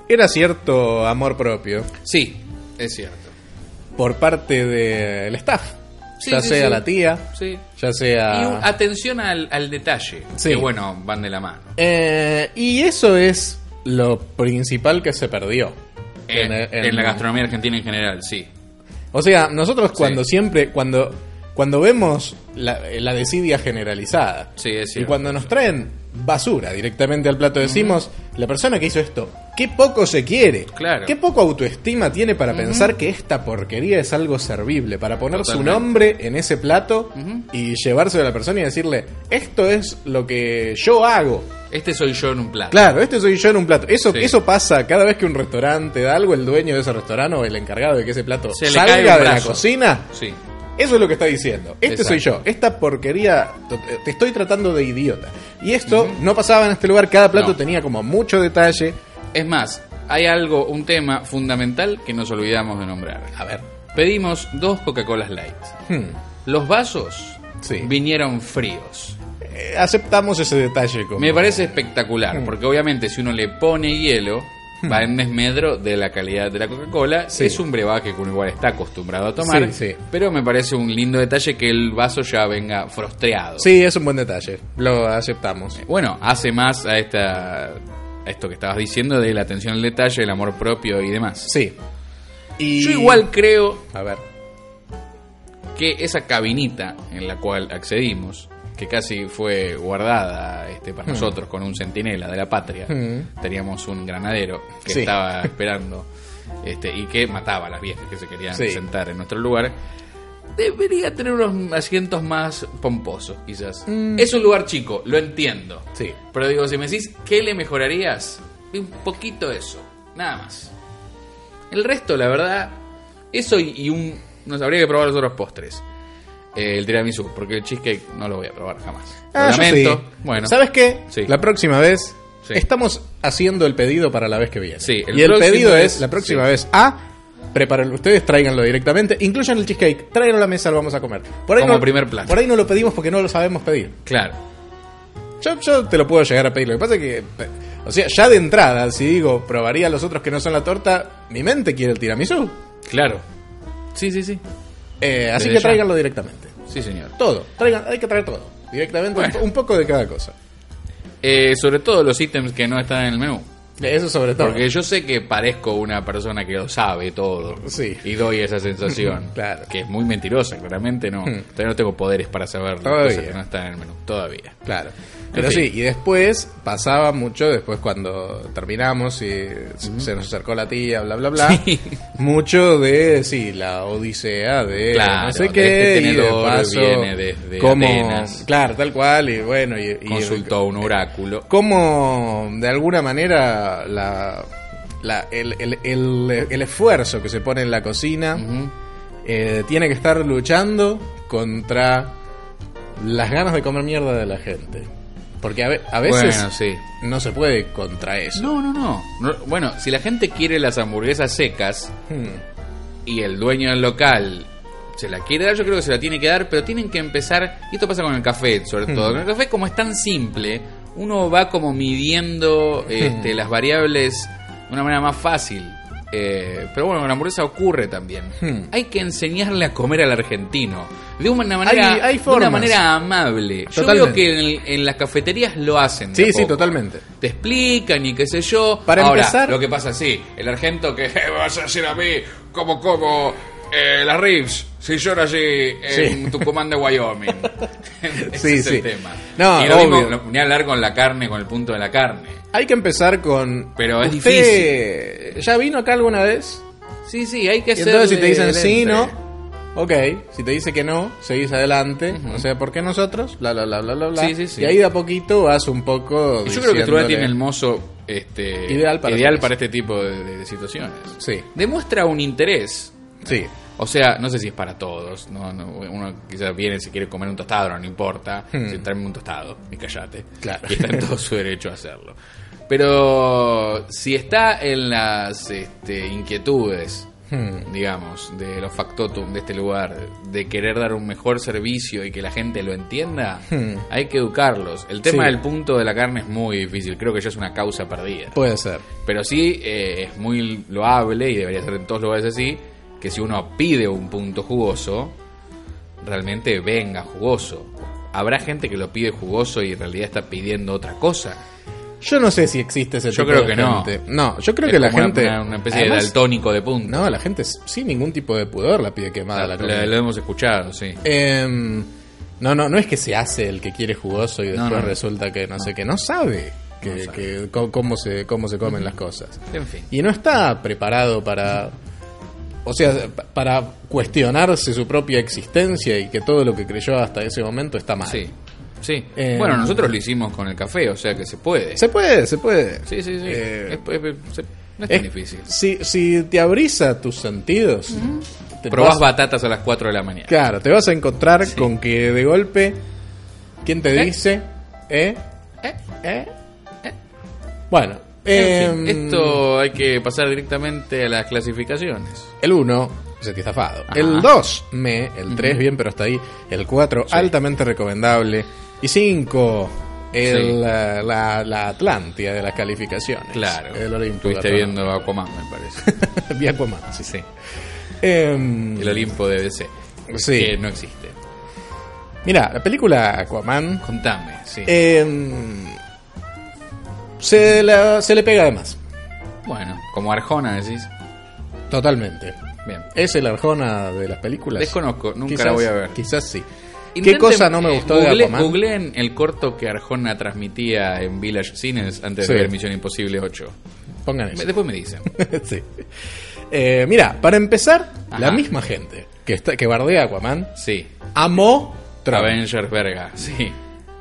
[SPEAKER 3] era cierto amor propio.
[SPEAKER 2] Sí, es cierto.
[SPEAKER 3] por parte del staff.
[SPEAKER 2] Sí,
[SPEAKER 3] ya
[SPEAKER 2] sí,
[SPEAKER 3] sea
[SPEAKER 2] sí.
[SPEAKER 3] la tía,
[SPEAKER 2] Sí.
[SPEAKER 3] ya sea...
[SPEAKER 2] Y un- atención al, al detalle,
[SPEAKER 3] Ah. Sí.
[SPEAKER 2] que bueno, van de la mano.
[SPEAKER 3] Eh, y eso es lo principal que se perdió.
[SPEAKER 2] Eh, En,
[SPEAKER 3] En- en-
[SPEAKER 2] la gastronomía argentina en general, sí.
[SPEAKER 3] O sea, nosotros cuando
[SPEAKER 2] Sí.
[SPEAKER 3] siempre, cuando, cuando vemos la, eh, la desidia generalizada
[SPEAKER 2] Sí, es
[SPEAKER 3] y
[SPEAKER 2] cierto.
[SPEAKER 3] cuando nos traen basura directamente al plato decimos, la persona que hizo esto, qué poco se quiere,
[SPEAKER 2] Claro.
[SPEAKER 3] qué poco autoestima tiene para pensar que esta porquería es algo servible, para poner
[SPEAKER 2] Totalmente.
[SPEAKER 3] su nombre en ese plato
[SPEAKER 2] Ujú.
[SPEAKER 3] y llevarse a la persona y decirle, esto es lo que yo hago.
[SPEAKER 2] Este soy yo en un plato.
[SPEAKER 3] Claro, este soy yo en un plato. Eso,
[SPEAKER 2] Sí.
[SPEAKER 3] eso pasa cada vez que un restaurante da algo, el dueño de ese restaurante o el encargado de que ese plato
[SPEAKER 2] Se le cae
[SPEAKER 3] salga
[SPEAKER 2] un
[SPEAKER 3] de la
[SPEAKER 2] brazo.
[SPEAKER 3] cocina.
[SPEAKER 2] Sí.
[SPEAKER 3] Eso es lo que está diciendo. Este
[SPEAKER 2] Exacto.
[SPEAKER 3] soy yo. Esta porquería, to- te estoy tratando de idiota. Y esto no pasaba en este lugar. Cada plato
[SPEAKER 2] No.
[SPEAKER 3] tenía como mucho detalle.
[SPEAKER 2] Es más, hay algo, un tema fundamental que nos olvidamos de nombrar.
[SPEAKER 3] A ver.
[SPEAKER 2] Pedimos dos Coca-Colas Light.
[SPEAKER 3] Hmm.
[SPEAKER 2] Los vasos
[SPEAKER 3] Sí.
[SPEAKER 2] vinieron fríos.
[SPEAKER 3] Eh, aceptamos ese detalle. Como...
[SPEAKER 2] Me parece espectacular, porque obviamente si uno le pone hielo, va en desmedro de la calidad de la Coca-Cola.
[SPEAKER 3] Hmm. Sí.
[SPEAKER 2] Es un brebaje que uno igual está acostumbrado a tomar,
[SPEAKER 3] Sí, sí.
[SPEAKER 2] pero me parece un lindo detalle que el vaso ya venga frostreado.
[SPEAKER 3] Sí, es un buen detalle. Lo aceptamos.
[SPEAKER 2] Bueno, hace más a esta a esto que estabas diciendo de la atención al detalle, el amor propio y demás.
[SPEAKER 3] Sí. Y...
[SPEAKER 2] Yo igual creo
[SPEAKER 3] A ver.
[SPEAKER 2] que esa cabinita en la cual accedimos, que casi fue guardada este, para nosotros con un centinela de la patria,
[SPEAKER 3] Hmm.
[SPEAKER 2] teníamos un granadero que
[SPEAKER 3] Sí.
[SPEAKER 2] estaba esperando este, y que mataba a las viejas que se querían
[SPEAKER 3] Sí.
[SPEAKER 2] sentar en nuestro lugar. Debería tener unos asientos más pomposos, quizás. Es un lugar chico, lo entiendo.
[SPEAKER 3] Hmm. Sí.
[SPEAKER 2] Pero digo, si me decís, ¿qué le mejorarías? Un poquito eso, nada más. El resto, la verdad, eso y, y un... Nos habría que probar los otros postres. Eh, el tiramisú, porque el cheesecake no lo voy a probar jamás.
[SPEAKER 3] Ah,
[SPEAKER 2] Lo
[SPEAKER 3] yo
[SPEAKER 2] lamento.
[SPEAKER 3] sí.
[SPEAKER 2] Bueno.
[SPEAKER 3] ¿Sabes qué?
[SPEAKER 2] Sí.
[SPEAKER 3] La próxima vez
[SPEAKER 2] Sí.
[SPEAKER 3] estamos haciendo el pedido para la vez que viene.
[SPEAKER 2] Sí, el
[SPEAKER 3] y el
[SPEAKER 2] próximo
[SPEAKER 3] pedido
[SPEAKER 2] es-
[SPEAKER 3] es, la próxima
[SPEAKER 2] sí.
[SPEAKER 3] vez A, prepárenlo ustedes, tráiganlo directamente, incluyan el cheesecake, tráiganlo a la mesa, lo vamos a comer. Por ahí
[SPEAKER 2] Como
[SPEAKER 3] no,
[SPEAKER 2] primer plato.
[SPEAKER 3] Por ahí no lo pedimos porque no lo sabemos pedir.
[SPEAKER 2] Claro.
[SPEAKER 3] Yo, yo te lo puedo llegar a pedir. Lo que pasa es que, pe- o sea, ya de entrada, si digo, probaría los otros que no son la torta, mi mente quiere el tiramisú.
[SPEAKER 2] Claro. Sí, sí, sí.
[SPEAKER 3] Eh, así
[SPEAKER 2] Desde
[SPEAKER 3] que
[SPEAKER 2] ya.
[SPEAKER 3] tráiganlo directamente.
[SPEAKER 2] Sí, señor.
[SPEAKER 3] Todo, traigan, hay que traer todo. Directamente, un po- un poco de cada cosa.
[SPEAKER 2] Eh, sobre todo los ítems que no están en el menú.
[SPEAKER 3] Eso sobre todo.
[SPEAKER 2] Porque yo sé que parezco una persona que lo sabe todo.
[SPEAKER 3] Sí.
[SPEAKER 2] Y doy esa sensación.
[SPEAKER 3] Claro. Hmm.
[SPEAKER 2] Que es muy mentirosa, claramente no. Todavía no tengo poderes para saber las
[SPEAKER 3] Todavía.
[SPEAKER 2] cosas que no están en el menú. Todavía.
[SPEAKER 3] Claro. Pero
[SPEAKER 2] En fin.
[SPEAKER 3] sí, y después pasaba mucho, después cuando terminamos y se- se nos acercó la tía, bla, bla, bla,
[SPEAKER 2] Sí.
[SPEAKER 3] mucho de, sí, la odisea de
[SPEAKER 2] Claro,
[SPEAKER 3] no sé
[SPEAKER 2] de
[SPEAKER 3] qué,
[SPEAKER 2] este
[SPEAKER 3] y de
[SPEAKER 2] tenedor
[SPEAKER 3] paso,
[SPEAKER 2] viene desde
[SPEAKER 3] cómo-
[SPEAKER 2] Atenas.
[SPEAKER 3] claro, tal cual, y bueno, y, eh, y-
[SPEAKER 2] Consultó a un oráculo.
[SPEAKER 3] cómo de alguna manera la, la- el, el- el- el esfuerzo que se pone en la cocina
[SPEAKER 2] Ujú.
[SPEAKER 3] eh, tiene que estar luchando contra las ganas de comer mierda de la gente. Porque a, ve- a veces
[SPEAKER 2] Bueno, sí.
[SPEAKER 3] no se puede contra eso.
[SPEAKER 2] No, no, no, No, Bueno, si la gente quiere las hamburguesas secas
[SPEAKER 3] Hmm.
[SPEAKER 2] y el dueño del local se la quiere dar, yo creo que se la tiene que dar, pero tienen que empezar. Y esto pasa con el café, sobre
[SPEAKER 3] Hmm.
[SPEAKER 2] todo. Con el café, como es tan simple, uno va como midiendo este,
[SPEAKER 3] Hmm.
[SPEAKER 2] las variables de una manera más fácil. Eh, pero bueno, con la hamburguesa ocurre también.
[SPEAKER 3] Hmm.
[SPEAKER 2] Hay que enseñarle a comer al argentino. De una manera,
[SPEAKER 3] Hay- hay
[SPEAKER 2] de una
[SPEAKER 3] formas.
[SPEAKER 2] manera amable. Yo veo
[SPEAKER 3] Totalmente.
[SPEAKER 2] que en, en las cafeterías lo hacen. de
[SPEAKER 3] Sí,
[SPEAKER 2] a
[SPEAKER 3] sí,
[SPEAKER 2] poco
[SPEAKER 3] totalmente.
[SPEAKER 2] te explican y qué sé yo.
[SPEAKER 3] Para
[SPEAKER 2] Ahora,
[SPEAKER 3] empezar-
[SPEAKER 2] lo que pasa sí, el argento que "Eh, vas a decir a mí como como eh, las ribs si yo allí en
[SPEAKER 3] Sí.
[SPEAKER 2] Tucumán de Wyoming. Ese
[SPEAKER 3] Sí,
[SPEAKER 2] es el
[SPEAKER 3] sí.
[SPEAKER 2] tema.
[SPEAKER 3] No,
[SPEAKER 2] y lo mismo,
[SPEAKER 3] obvio.
[SPEAKER 2] lo- ni hablar con la carne, con el punto de la carne.
[SPEAKER 3] Hay que empezar con...
[SPEAKER 2] Pero es
[SPEAKER 3] ¿Usted ya vino acá alguna vez?
[SPEAKER 2] Sí, sí, hay que
[SPEAKER 3] Y
[SPEAKER 2] ser.
[SPEAKER 3] entonces si te dicen sí,
[SPEAKER 2] lente.
[SPEAKER 3] no... Ok, si te dice que no, seguís adelante. O sea, ¿por qué nosotros? Bla, bla, bla, bla, bla, bla.
[SPEAKER 2] Sí, sí, sí.
[SPEAKER 3] Y ahí de a poquito vas un poco...
[SPEAKER 2] Y Yo creo que Trubel
[SPEAKER 3] diciéndole-
[SPEAKER 2] tiene el mozo este,
[SPEAKER 3] Ideal para hacer eso.
[SPEAKER 2] este tipo de- de- de situaciones.
[SPEAKER 3] Sí,
[SPEAKER 2] Demuestra un interés.
[SPEAKER 3] sí.
[SPEAKER 2] O sea, no sé si es para todos. No, no, uno quizás viene si quiere comer un tostado, no, no importa.
[SPEAKER 3] Hmm.
[SPEAKER 2] Si tráeme un tostado y callate.
[SPEAKER 3] Claro.
[SPEAKER 2] Y está en todo su derecho a hacerlo. Pero si está en las este, inquietudes,
[SPEAKER 3] Hmm.
[SPEAKER 2] digamos, de los factotum de este lugar, de querer dar un mejor servicio y que la gente lo entienda,
[SPEAKER 3] Hmm.
[SPEAKER 2] hay que educarlos. El tema
[SPEAKER 3] Sí.
[SPEAKER 2] del punto de la carne es muy difícil. Creo que ya es una causa perdida.
[SPEAKER 3] Puede ser.
[SPEAKER 2] Pero sí eh, es muy loable y debería ser en todos lugares así, que si uno pide un punto jugoso, realmente venga jugoso. Habrá gente que lo pide jugoso y en realidad está pidiendo otra cosa.
[SPEAKER 3] Yo no sé si existe ese
[SPEAKER 2] Yo
[SPEAKER 3] tipo
[SPEAKER 2] creo
[SPEAKER 3] de
[SPEAKER 2] que no.
[SPEAKER 3] gente. No, yo creo
[SPEAKER 2] Es
[SPEAKER 3] que la
[SPEAKER 2] como una-
[SPEAKER 3] gente.
[SPEAKER 2] Una, una especie
[SPEAKER 3] Además,
[SPEAKER 2] de daltónico de punto. Ah,
[SPEAKER 3] No, la gente s- sin ningún tipo de pudor la pide quemada la
[SPEAKER 2] lo,
[SPEAKER 3] comida.
[SPEAKER 2] lo hemos escuchado, sí.
[SPEAKER 3] Em, no, no, no es que se hace el que quiere jugoso y después
[SPEAKER 2] no.
[SPEAKER 3] resulta que no, sé qué. No sabe, que, que co- cómo, se, cómo se comen las cosas.
[SPEAKER 2] En fin.
[SPEAKER 3] Y no está preparado para. O sea, pa- para cuestionarse su propia existencia y que todo lo que creyó hasta ese momento está mal.
[SPEAKER 2] Sí. Sí.
[SPEAKER 3] Eh,
[SPEAKER 2] bueno, nosotros lo hicimos con el café, o sea que se puede.
[SPEAKER 3] Se puede, se puede.
[SPEAKER 2] sí, sí, sí.
[SPEAKER 3] Eh,
[SPEAKER 2] Es- es- es- se- no es tan
[SPEAKER 3] Es-
[SPEAKER 2] difícil.
[SPEAKER 3] Si, si te abrís a tus sentidos, te
[SPEAKER 2] Probás
[SPEAKER 3] vas,
[SPEAKER 2] batatas a las 4 de la mañana.
[SPEAKER 3] claro, te vas a encontrar con que de golpe, ¿quién te
[SPEAKER 2] ¿Eh?
[SPEAKER 3] dice? ¿Eh?
[SPEAKER 2] ¿Eh?
[SPEAKER 3] ¿Eh? Bueno,
[SPEAKER 2] En fin,
[SPEAKER 3] em,
[SPEAKER 2] esto hay que pasar directamente a las clasificaciones.
[SPEAKER 3] el 1, se te zafado.
[SPEAKER 2] Ajá.
[SPEAKER 3] El 2, me. El 3, bien, pero hasta ahí. El 4, altamente recomendable. Y 5,
[SPEAKER 2] Sí.
[SPEAKER 3] la, la, la Atlántida de las calificaciones.
[SPEAKER 2] Claro.
[SPEAKER 3] El Olimpo.
[SPEAKER 2] Estuviste
[SPEAKER 3] de
[SPEAKER 2] viendo Aquaman, me parece.
[SPEAKER 3] Atlántida. Vi Aquaman, sí.
[SPEAKER 2] sí.
[SPEAKER 3] Em,
[SPEAKER 2] El Olimpo de DC.
[SPEAKER 3] Sí.
[SPEAKER 2] Que no existe.
[SPEAKER 3] Mira, la película Aquaman
[SPEAKER 2] Contame, Eh, sí.
[SPEAKER 3] em, se, la- se le pega además,
[SPEAKER 2] Bueno, como Arjona decís.
[SPEAKER 3] totalmente.
[SPEAKER 2] Bien.
[SPEAKER 3] Es el Arjona de las películas.
[SPEAKER 2] Desconozco, nunca
[SPEAKER 3] Quizás-
[SPEAKER 2] la voy a ver.
[SPEAKER 3] Quizás sí. ¿Qué
[SPEAKER 2] Intenten,
[SPEAKER 3] cosa no me
[SPEAKER 2] eh,
[SPEAKER 3] gustó de
[SPEAKER 2] google-
[SPEAKER 3] Aquaman?
[SPEAKER 2] Googleen el corto que Arjona transmitía en Village Cines antes de
[SPEAKER 3] Sí.
[SPEAKER 2] ver Misión Imposible 8.
[SPEAKER 3] Pongan
[SPEAKER 2] Me-
[SPEAKER 3] eso.
[SPEAKER 2] Después me dicen.
[SPEAKER 3] sí. Eh, mira, para empezar,
[SPEAKER 2] Ajá.
[SPEAKER 3] la misma gente. que, está, que bardea a Aquaman,
[SPEAKER 2] Sí.
[SPEAKER 3] amó Tron.
[SPEAKER 2] Avengers verga, sí.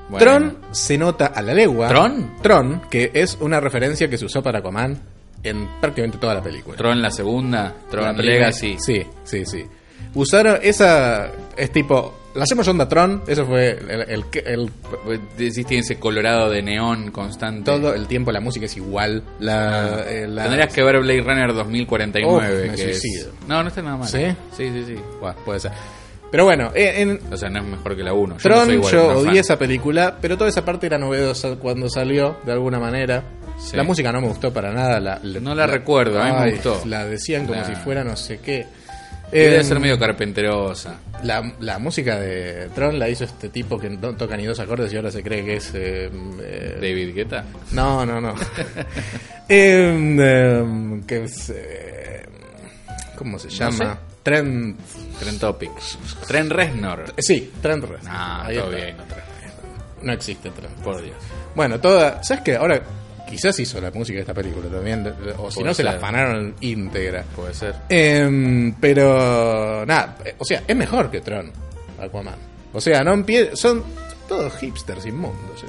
[SPEAKER 2] Bueno.
[SPEAKER 3] Tron se nota a la legua.
[SPEAKER 2] ¿Tron?
[SPEAKER 3] Tron, que es una referencia que se usó para Aquaman en prácticamente toda la película.
[SPEAKER 2] Tron la segunda,
[SPEAKER 3] La
[SPEAKER 2] Tron
[SPEAKER 3] primera-
[SPEAKER 2] Legacy.
[SPEAKER 3] Sí, sí, sí. Usaron esa. Es tipo. La hacemos onda Tron. Eso fue el, el- el-
[SPEAKER 2] Pues, Decís tiene ese colorado de neón constante.
[SPEAKER 3] todo el tiempo. La música es igual.
[SPEAKER 2] Ah.
[SPEAKER 3] La, eh, la-
[SPEAKER 2] Tendrías que ver Blade Runner
[SPEAKER 3] Uf,
[SPEAKER 2] 2049.
[SPEAKER 3] me
[SPEAKER 2] que es-
[SPEAKER 3] suicido.
[SPEAKER 2] No, no está nada mal.
[SPEAKER 3] ¿Sí?
[SPEAKER 2] Sí, sí, sí.
[SPEAKER 3] Buah, puede ser. Pero bueno, eh, en,
[SPEAKER 2] O sea, no es mejor que la 1.
[SPEAKER 3] Tron,
[SPEAKER 2] no soy
[SPEAKER 3] yo,
[SPEAKER 2] igual, no fan.
[SPEAKER 3] odié esa película, pero toda esa parte era novedosa cuando salió, de alguna manera.
[SPEAKER 2] Sí.
[SPEAKER 3] La música no me gustó para nada. La,
[SPEAKER 2] No la recuerdo, a mí me
[SPEAKER 3] Ay,
[SPEAKER 2] gustó.
[SPEAKER 3] La decían como
[SPEAKER 2] La-
[SPEAKER 3] si fuera no sé qué.
[SPEAKER 2] Y Debe
[SPEAKER 3] Eh,
[SPEAKER 2] ser medio carpenterosa.
[SPEAKER 3] la, la música de Tron la hizo este tipo que no toca ni dos acordes y ahora se cree que es... eh, eh,
[SPEAKER 2] David Guetta.
[SPEAKER 3] no, no, no. Em, em, que es, eh, ¿Cómo se llama?
[SPEAKER 2] sé.
[SPEAKER 3] Trent... eh,
[SPEAKER 2] Tren Topics. Tren Reznor.
[SPEAKER 3] Sí, Trent Reznor.
[SPEAKER 2] Ah,
[SPEAKER 3] Ahí
[SPEAKER 2] todo
[SPEAKER 3] está.
[SPEAKER 2] bien. otra vez,
[SPEAKER 3] No existe Trent.
[SPEAKER 2] Por Dios.
[SPEAKER 3] Bueno, toda. ¿Sabes qué? Ahora, quizás hizo la música de esta película también. O si
[SPEAKER 2] Puede
[SPEAKER 3] no, se la
[SPEAKER 2] ser.
[SPEAKER 3] afanaron íntegra.
[SPEAKER 2] Puede ser.
[SPEAKER 3] Em, pero. Nada, eh, o sea, es mejor que Tron, Aquaman. O sea, no empie son todos hipsters inmundos.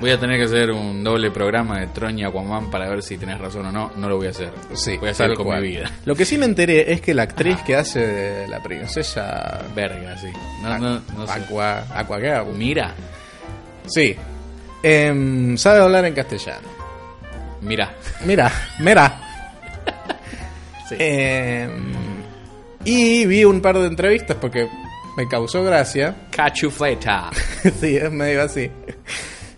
[SPEAKER 2] Voy a tener que hacer un doble programa de Tron y Aquaman para ver si tenés razón o no. No lo voy a hacer. voy a hacer
[SPEAKER 3] tal
[SPEAKER 2] con
[SPEAKER 3] cual.
[SPEAKER 2] mi vida.
[SPEAKER 3] Lo que sí me enteré es que la actriz que hace de la princesa.
[SPEAKER 2] Verga, sí. No,
[SPEAKER 3] Aqu-
[SPEAKER 2] no, no sé.
[SPEAKER 3] Aqua, Aqua Girl.
[SPEAKER 2] Mira,
[SPEAKER 3] Sí. Em, sabe hablar en castellano.
[SPEAKER 2] mira.
[SPEAKER 3] Mira, mira.
[SPEAKER 2] Sí.
[SPEAKER 3] Eh, y vi un par de entrevistas porque me causó gracia.
[SPEAKER 2] Cachufleta.
[SPEAKER 3] sí, es medio así.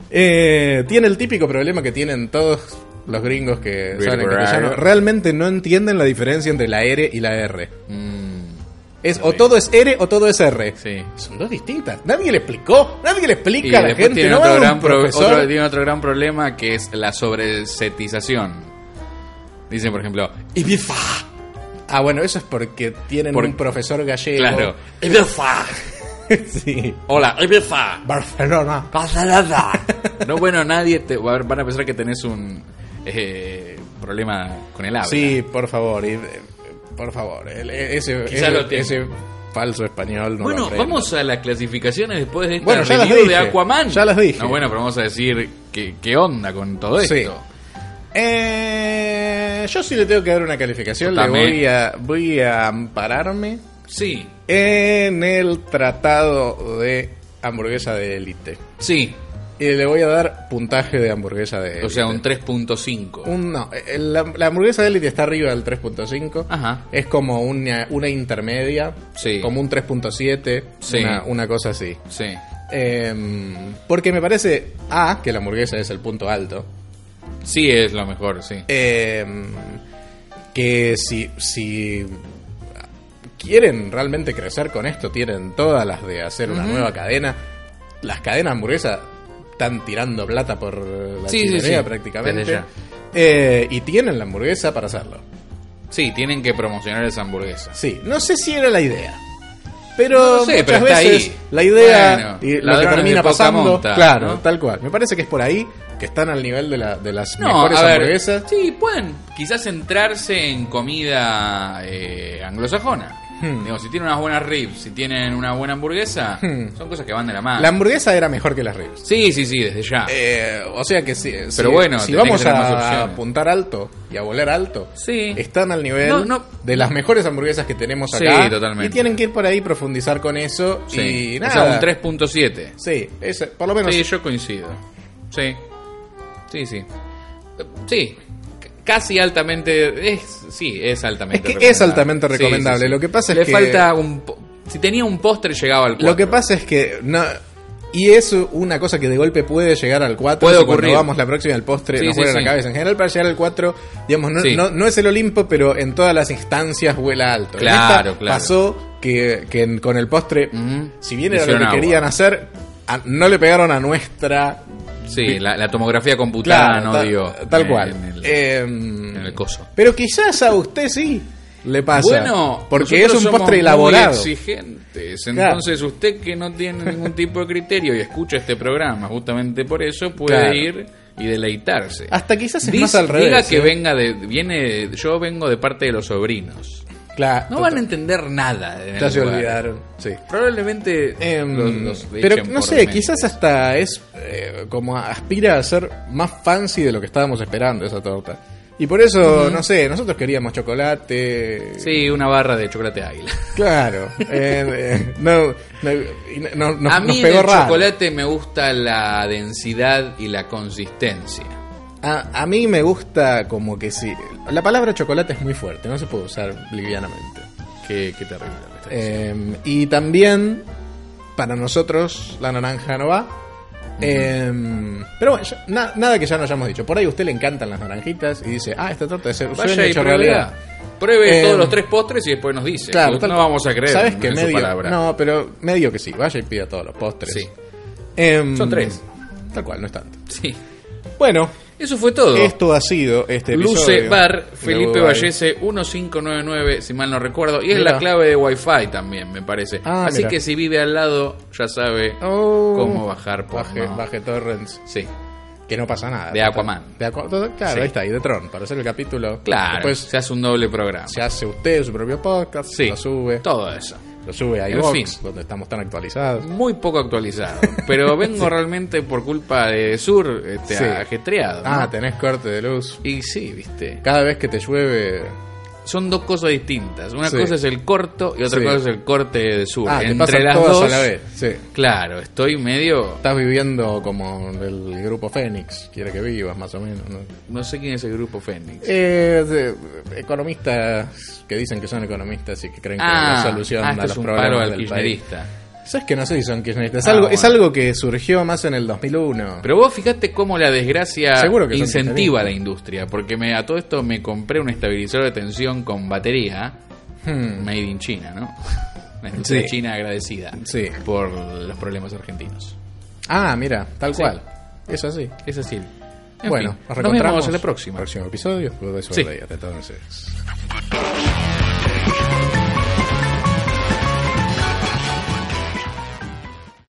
[SPEAKER 3] Eh, tiene el típico problema que tienen todos los gringos que saben en castellano. Realmente no entienden la diferencia entre la R y la R.
[SPEAKER 2] Mm,
[SPEAKER 3] Es o todo es R o todo es R.
[SPEAKER 2] sí.
[SPEAKER 3] Son dos distintas. Nadie le explicó. Nadie le
[SPEAKER 2] Y
[SPEAKER 3] explica a la
[SPEAKER 2] después
[SPEAKER 3] gente.
[SPEAKER 2] tiene,
[SPEAKER 3] no va
[SPEAKER 2] otro
[SPEAKER 3] un
[SPEAKER 2] gran pro-
[SPEAKER 3] profesor.
[SPEAKER 2] otro- tiene otro gran problema que es la sobresetización. Dicen, por ejemplo,
[SPEAKER 3] Ibiza. Ah, bueno, eso es porque tienen
[SPEAKER 2] Por-
[SPEAKER 3] un profesor gallego.
[SPEAKER 2] claro, Ibiza.
[SPEAKER 3] sí.
[SPEAKER 2] Eh, oh. Hola, Ibiza.
[SPEAKER 3] Barcelona.
[SPEAKER 2] Barcelona. No, bueno, nadie te. va a ver, Van a pensar que tenés un eh, problema con el habla.
[SPEAKER 3] Sí, por favor, y- eh, por favor. el- e, ese,
[SPEAKER 2] Quizá
[SPEAKER 3] ese-
[SPEAKER 2] lo tiene.
[SPEAKER 3] ese falso español no lo
[SPEAKER 2] Bueno,
[SPEAKER 3] aprendo.
[SPEAKER 2] vamos a las clasificaciones después de esta
[SPEAKER 3] Bueno, ya las
[SPEAKER 2] review de
[SPEAKER 3] dije,
[SPEAKER 2] Aquaman.
[SPEAKER 3] ya las dije.
[SPEAKER 2] No, bueno, pero vamos a decir qué, qué onda con todo
[SPEAKER 3] Sí.
[SPEAKER 2] esto.
[SPEAKER 3] Eh, yo sí le tengo que dar una calificación.
[SPEAKER 2] Yo
[SPEAKER 3] Le
[SPEAKER 2] también.
[SPEAKER 3] voy a, voy a ampararme
[SPEAKER 2] Sí,
[SPEAKER 3] en el tratado de hamburguesa de élite.
[SPEAKER 2] sí.
[SPEAKER 3] Y le voy a dar puntaje de hamburguesa de élite.
[SPEAKER 2] O sea, un 3.5.
[SPEAKER 3] Un- no, el- la, la hamburguesa de élite está arriba del 3.5.
[SPEAKER 2] Ajá.
[SPEAKER 3] Es como una, una intermedia.
[SPEAKER 2] Ah. Sí.
[SPEAKER 3] Como un 3.7.
[SPEAKER 2] Sí.
[SPEAKER 3] Una, una cosa así.
[SPEAKER 2] Sí.
[SPEAKER 3] Em, porque me parece, A, que la hamburguesa es el punto alto.
[SPEAKER 2] Sí, es lo mejor, sí.
[SPEAKER 3] Em, que si, si quieren realmente crecer con esto, tienen todas las de hacer una nueva cadena. Las cadenas hamburguesas están tirando plata por la
[SPEAKER 2] Sí, sí,
[SPEAKER 3] chimenea
[SPEAKER 2] sí. Desde
[SPEAKER 3] prácticamente.
[SPEAKER 2] ya.
[SPEAKER 3] Eh, y tienen la hamburguesa para hacerlo.
[SPEAKER 2] Sí, tienen que promocionar esa hamburguesa.
[SPEAKER 3] Sí, no sé si era la idea. Pero
[SPEAKER 2] No sé,
[SPEAKER 3] muchas
[SPEAKER 2] pero está
[SPEAKER 3] veces
[SPEAKER 2] ahí.
[SPEAKER 3] la idea
[SPEAKER 2] Bueno,
[SPEAKER 3] y lo que
[SPEAKER 2] ladrones de
[SPEAKER 3] termina
[SPEAKER 2] poca
[SPEAKER 3] pasando,
[SPEAKER 2] monta,
[SPEAKER 3] claro,
[SPEAKER 2] ¿no?
[SPEAKER 3] tal cual. Me parece que es por ahí que están al nivel de, la- de las
[SPEAKER 2] No,
[SPEAKER 3] mejores
[SPEAKER 2] a ver,
[SPEAKER 3] hamburguesas.
[SPEAKER 2] sí, pueden quizás centrarse en comida eh, anglosajona.
[SPEAKER 3] Hmm.
[SPEAKER 2] Digo, si tienen unas buenas ribs, si tienen una buena hamburguesa, son cosas que van de la mano.
[SPEAKER 3] Hmm. La hamburguesa era mejor que las ribs.
[SPEAKER 2] Sí, sí, sí, desde ya.
[SPEAKER 3] Eh, o sea que si, si-
[SPEAKER 2] Pero bueno,
[SPEAKER 3] si
[SPEAKER 2] tenés que
[SPEAKER 3] vamos
[SPEAKER 2] tener más
[SPEAKER 3] a
[SPEAKER 2] opciones.
[SPEAKER 3] apuntar alto y a volar alto,
[SPEAKER 2] Sí.
[SPEAKER 3] están al nivel
[SPEAKER 2] No, no.
[SPEAKER 3] de las mejores hamburguesas que tenemos
[SPEAKER 2] Sí,
[SPEAKER 3] acá.
[SPEAKER 2] totalmente.
[SPEAKER 3] Y tienen que ir por ahí profundizar con eso
[SPEAKER 2] Sí.
[SPEAKER 3] y
[SPEAKER 2] O
[SPEAKER 3] nada.
[SPEAKER 2] sea, un 3.7.
[SPEAKER 3] Sí, ese- por lo menos
[SPEAKER 2] Sí, yo coincido. Sí. Sí, sí. Eh, Sí. C- Casi altamente. Es, sí, es altamente
[SPEAKER 3] Es que es
[SPEAKER 2] recomendable.
[SPEAKER 3] altamente
[SPEAKER 2] Sí, sí,
[SPEAKER 3] recomendable. Lo que pasa es
[SPEAKER 2] Le
[SPEAKER 3] que-
[SPEAKER 2] falta un. po- Si tenía un postre, llegaba al
[SPEAKER 3] Lo que
[SPEAKER 2] cuatro.
[SPEAKER 3] pasa es que no y es una cosa que de golpe puede llegar al 4.
[SPEAKER 2] Puede
[SPEAKER 3] si cuando
[SPEAKER 2] ocurrir.
[SPEAKER 3] vamos la próxima al postre,
[SPEAKER 2] Sí,
[SPEAKER 3] nos
[SPEAKER 2] sí,
[SPEAKER 3] vuela
[SPEAKER 2] sí.
[SPEAKER 3] la cabeza. En general, para llegar al 4, digamos, no,
[SPEAKER 2] Sí.
[SPEAKER 3] no, no es el Olimpo, pero en todas las instancias vuela alto. En
[SPEAKER 2] Claro,
[SPEAKER 3] esta
[SPEAKER 2] claro.
[SPEAKER 3] Pasó que, que en- con el postre,
[SPEAKER 2] Ujú.
[SPEAKER 3] si bien era lo
[SPEAKER 2] Hicieron
[SPEAKER 3] que
[SPEAKER 2] agua.
[SPEAKER 3] querían hacer, a- no le pegaron a nuestra.
[SPEAKER 2] Sí, la, la tomografía computada Ah, no
[SPEAKER 3] tal,
[SPEAKER 2] dio.
[SPEAKER 3] tal
[SPEAKER 2] en-
[SPEAKER 3] cual.
[SPEAKER 2] En el,
[SPEAKER 3] Em,
[SPEAKER 2] en el coso.
[SPEAKER 3] pero quizás a usted sí le pasa.
[SPEAKER 2] Bueno,
[SPEAKER 3] porque es
[SPEAKER 2] nosotros
[SPEAKER 3] un
[SPEAKER 2] somos
[SPEAKER 3] postre
[SPEAKER 2] muy
[SPEAKER 3] elaborado.
[SPEAKER 2] exigentes.
[SPEAKER 3] Claro.
[SPEAKER 2] Entonces, usted que no tiene ningún tipo de criterio y escucha este programa, justamente por eso, puede
[SPEAKER 3] Claro.
[SPEAKER 2] ir y deleitarse.
[SPEAKER 3] Hasta quizás es
[SPEAKER 2] Dice-
[SPEAKER 3] más al revés.
[SPEAKER 2] Diga que
[SPEAKER 3] ¿eh?
[SPEAKER 2] venga de. Viene, yo vengo de parte de los sobrinos.
[SPEAKER 3] Claro.
[SPEAKER 2] No van a entender nada. en el
[SPEAKER 3] Ya se
[SPEAKER 2] lugar.
[SPEAKER 3] olvidaron. Sí.
[SPEAKER 2] Probablemente
[SPEAKER 3] Em,
[SPEAKER 2] los- los
[SPEAKER 3] pero
[SPEAKER 2] echen
[SPEAKER 3] no
[SPEAKER 2] por
[SPEAKER 3] sé,
[SPEAKER 2] menos.
[SPEAKER 3] quizás hasta es eh, como aspira a ser más fancy de lo que estábamos esperando esa torta. Y por eso, no sé, nosotros queríamos chocolate.
[SPEAKER 2] Sí, una barra de chocolate águila.
[SPEAKER 3] Claro. eh, eh, no, no, y no- no- nos,
[SPEAKER 2] a mí
[SPEAKER 3] nos pegó
[SPEAKER 2] del
[SPEAKER 3] raro.
[SPEAKER 2] chocolate me gusta la densidad y la consistencia.
[SPEAKER 3] A, a mí me gusta como que sí. La palabra chocolate es muy fuerte, no se puede usar livianamente.
[SPEAKER 2] Qué, qué terrible. lo que estás diciendo.
[SPEAKER 3] Eh, y también, para nosotros, la naranja no va. Eh, pero bueno, ya- na- nada que ya no hayamos dicho. Por ahí a usted le encantan las naranjitas y dice, ah, esta torta es
[SPEAKER 2] Vaya y pruébela. Pruebe
[SPEAKER 3] Eh,
[SPEAKER 2] todos los tres postres y después nos dice.
[SPEAKER 3] Claro,
[SPEAKER 2] Porque
[SPEAKER 3] tal-
[SPEAKER 2] Eh, no vamos a creer
[SPEAKER 3] ¿sabes
[SPEAKER 2] en
[SPEAKER 3] que
[SPEAKER 2] su
[SPEAKER 3] medio,
[SPEAKER 2] palabra.
[SPEAKER 3] No, pero medio que sí. Vaya y pida todos los postres.
[SPEAKER 2] Sí.
[SPEAKER 3] Em,
[SPEAKER 2] Son tres.
[SPEAKER 3] Tal cual, no es tanto.
[SPEAKER 2] Sí.
[SPEAKER 3] Bueno,
[SPEAKER 2] Eso fue todo.
[SPEAKER 3] esto ha sido este
[SPEAKER 2] Luce
[SPEAKER 3] episodio
[SPEAKER 2] Bar,
[SPEAKER 3] de
[SPEAKER 2] Felipe
[SPEAKER 3] Uruguay.
[SPEAKER 2] Vallese 1599, si mal no recuerdo. Y es
[SPEAKER 3] Mira.
[SPEAKER 2] la clave de Wi-Fi también, me parece.
[SPEAKER 3] Ah,
[SPEAKER 2] Así
[SPEAKER 3] mira.
[SPEAKER 2] que si vive al lado, ya sabe
[SPEAKER 3] Oh.
[SPEAKER 2] cómo bajar por.
[SPEAKER 3] Baje,
[SPEAKER 2] no.
[SPEAKER 3] baje Torrents.
[SPEAKER 2] Sí.
[SPEAKER 3] Que no pasa nada.
[SPEAKER 2] De Aquaman.
[SPEAKER 3] De Aqua- todo- claro,
[SPEAKER 2] Sí.
[SPEAKER 3] ahí está, y de Tron, para hacer el capítulo.
[SPEAKER 2] Claro.
[SPEAKER 3] Después
[SPEAKER 2] se hace un doble programa.
[SPEAKER 3] se hace usted su propio podcast,
[SPEAKER 2] Sí.
[SPEAKER 3] lo sube,
[SPEAKER 2] Todo eso.
[SPEAKER 3] lo sube a
[SPEAKER 2] En
[SPEAKER 3] iVoox,
[SPEAKER 2] fin.
[SPEAKER 3] donde estamos tan actualizados.
[SPEAKER 2] Muy poco actualizado. Pero vengo realmente por culpa de Sur este,
[SPEAKER 3] Sí.
[SPEAKER 2] ajetreado. ¿no?
[SPEAKER 3] Ah, tenés corte de luz.
[SPEAKER 2] Y sí, viste.
[SPEAKER 3] Cada vez que te llueve...
[SPEAKER 2] Son dos cosas distintas. Una
[SPEAKER 3] Sí.
[SPEAKER 2] cosa es el corto y otra
[SPEAKER 3] Sí.
[SPEAKER 2] cosa es el corte de Sur.
[SPEAKER 3] Ah, te
[SPEAKER 2] Uh, Entre
[SPEAKER 3] pasan
[SPEAKER 2] las
[SPEAKER 3] todas
[SPEAKER 2] dos.
[SPEAKER 3] a la vez. Sí.
[SPEAKER 2] Claro, estoy medio.
[SPEAKER 3] Estás viviendo como el grupo Fénix, quiere que vivas, más o menos. ¿no?
[SPEAKER 2] No sé quién es el grupo Fénix.
[SPEAKER 3] Eh, de- economistas que dicen que son economistas y que creen que es la solución
[SPEAKER 2] ah,
[SPEAKER 3] a
[SPEAKER 2] esto
[SPEAKER 3] los
[SPEAKER 2] es un palo
[SPEAKER 3] problemas
[SPEAKER 2] al
[SPEAKER 3] del país.
[SPEAKER 2] kirchnerista.
[SPEAKER 3] Sabes que no sé si son kirchneristas. Es,
[SPEAKER 2] Ah,
[SPEAKER 3] algo, es
[SPEAKER 2] bueno.
[SPEAKER 3] algo que surgió más en el 2001.
[SPEAKER 2] Pero vos fijate cómo la desgracia
[SPEAKER 3] Seguro que son
[SPEAKER 2] incentiva a la industria. Porque me, a todo esto me compré un estabilizador de tensión con batería.
[SPEAKER 3] Hmm.
[SPEAKER 2] Made in China, ¿no? La industria
[SPEAKER 3] Sí.
[SPEAKER 2] china agradecida
[SPEAKER 3] Sí.
[SPEAKER 2] por los problemas argentinos.
[SPEAKER 3] Ah, mira, tal
[SPEAKER 2] Sí.
[SPEAKER 3] cual. Es así.
[SPEAKER 2] Es así. En
[SPEAKER 3] bueno,
[SPEAKER 2] fin,
[SPEAKER 3] nos
[SPEAKER 2] nos
[SPEAKER 3] reencontramos
[SPEAKER 2] vemos en la próxima.
[SPEAKER 3] Próximo episodio. Good Day
[SPEAKER 2] Sí.
[SPEAKER 3] Surveyor, entonces.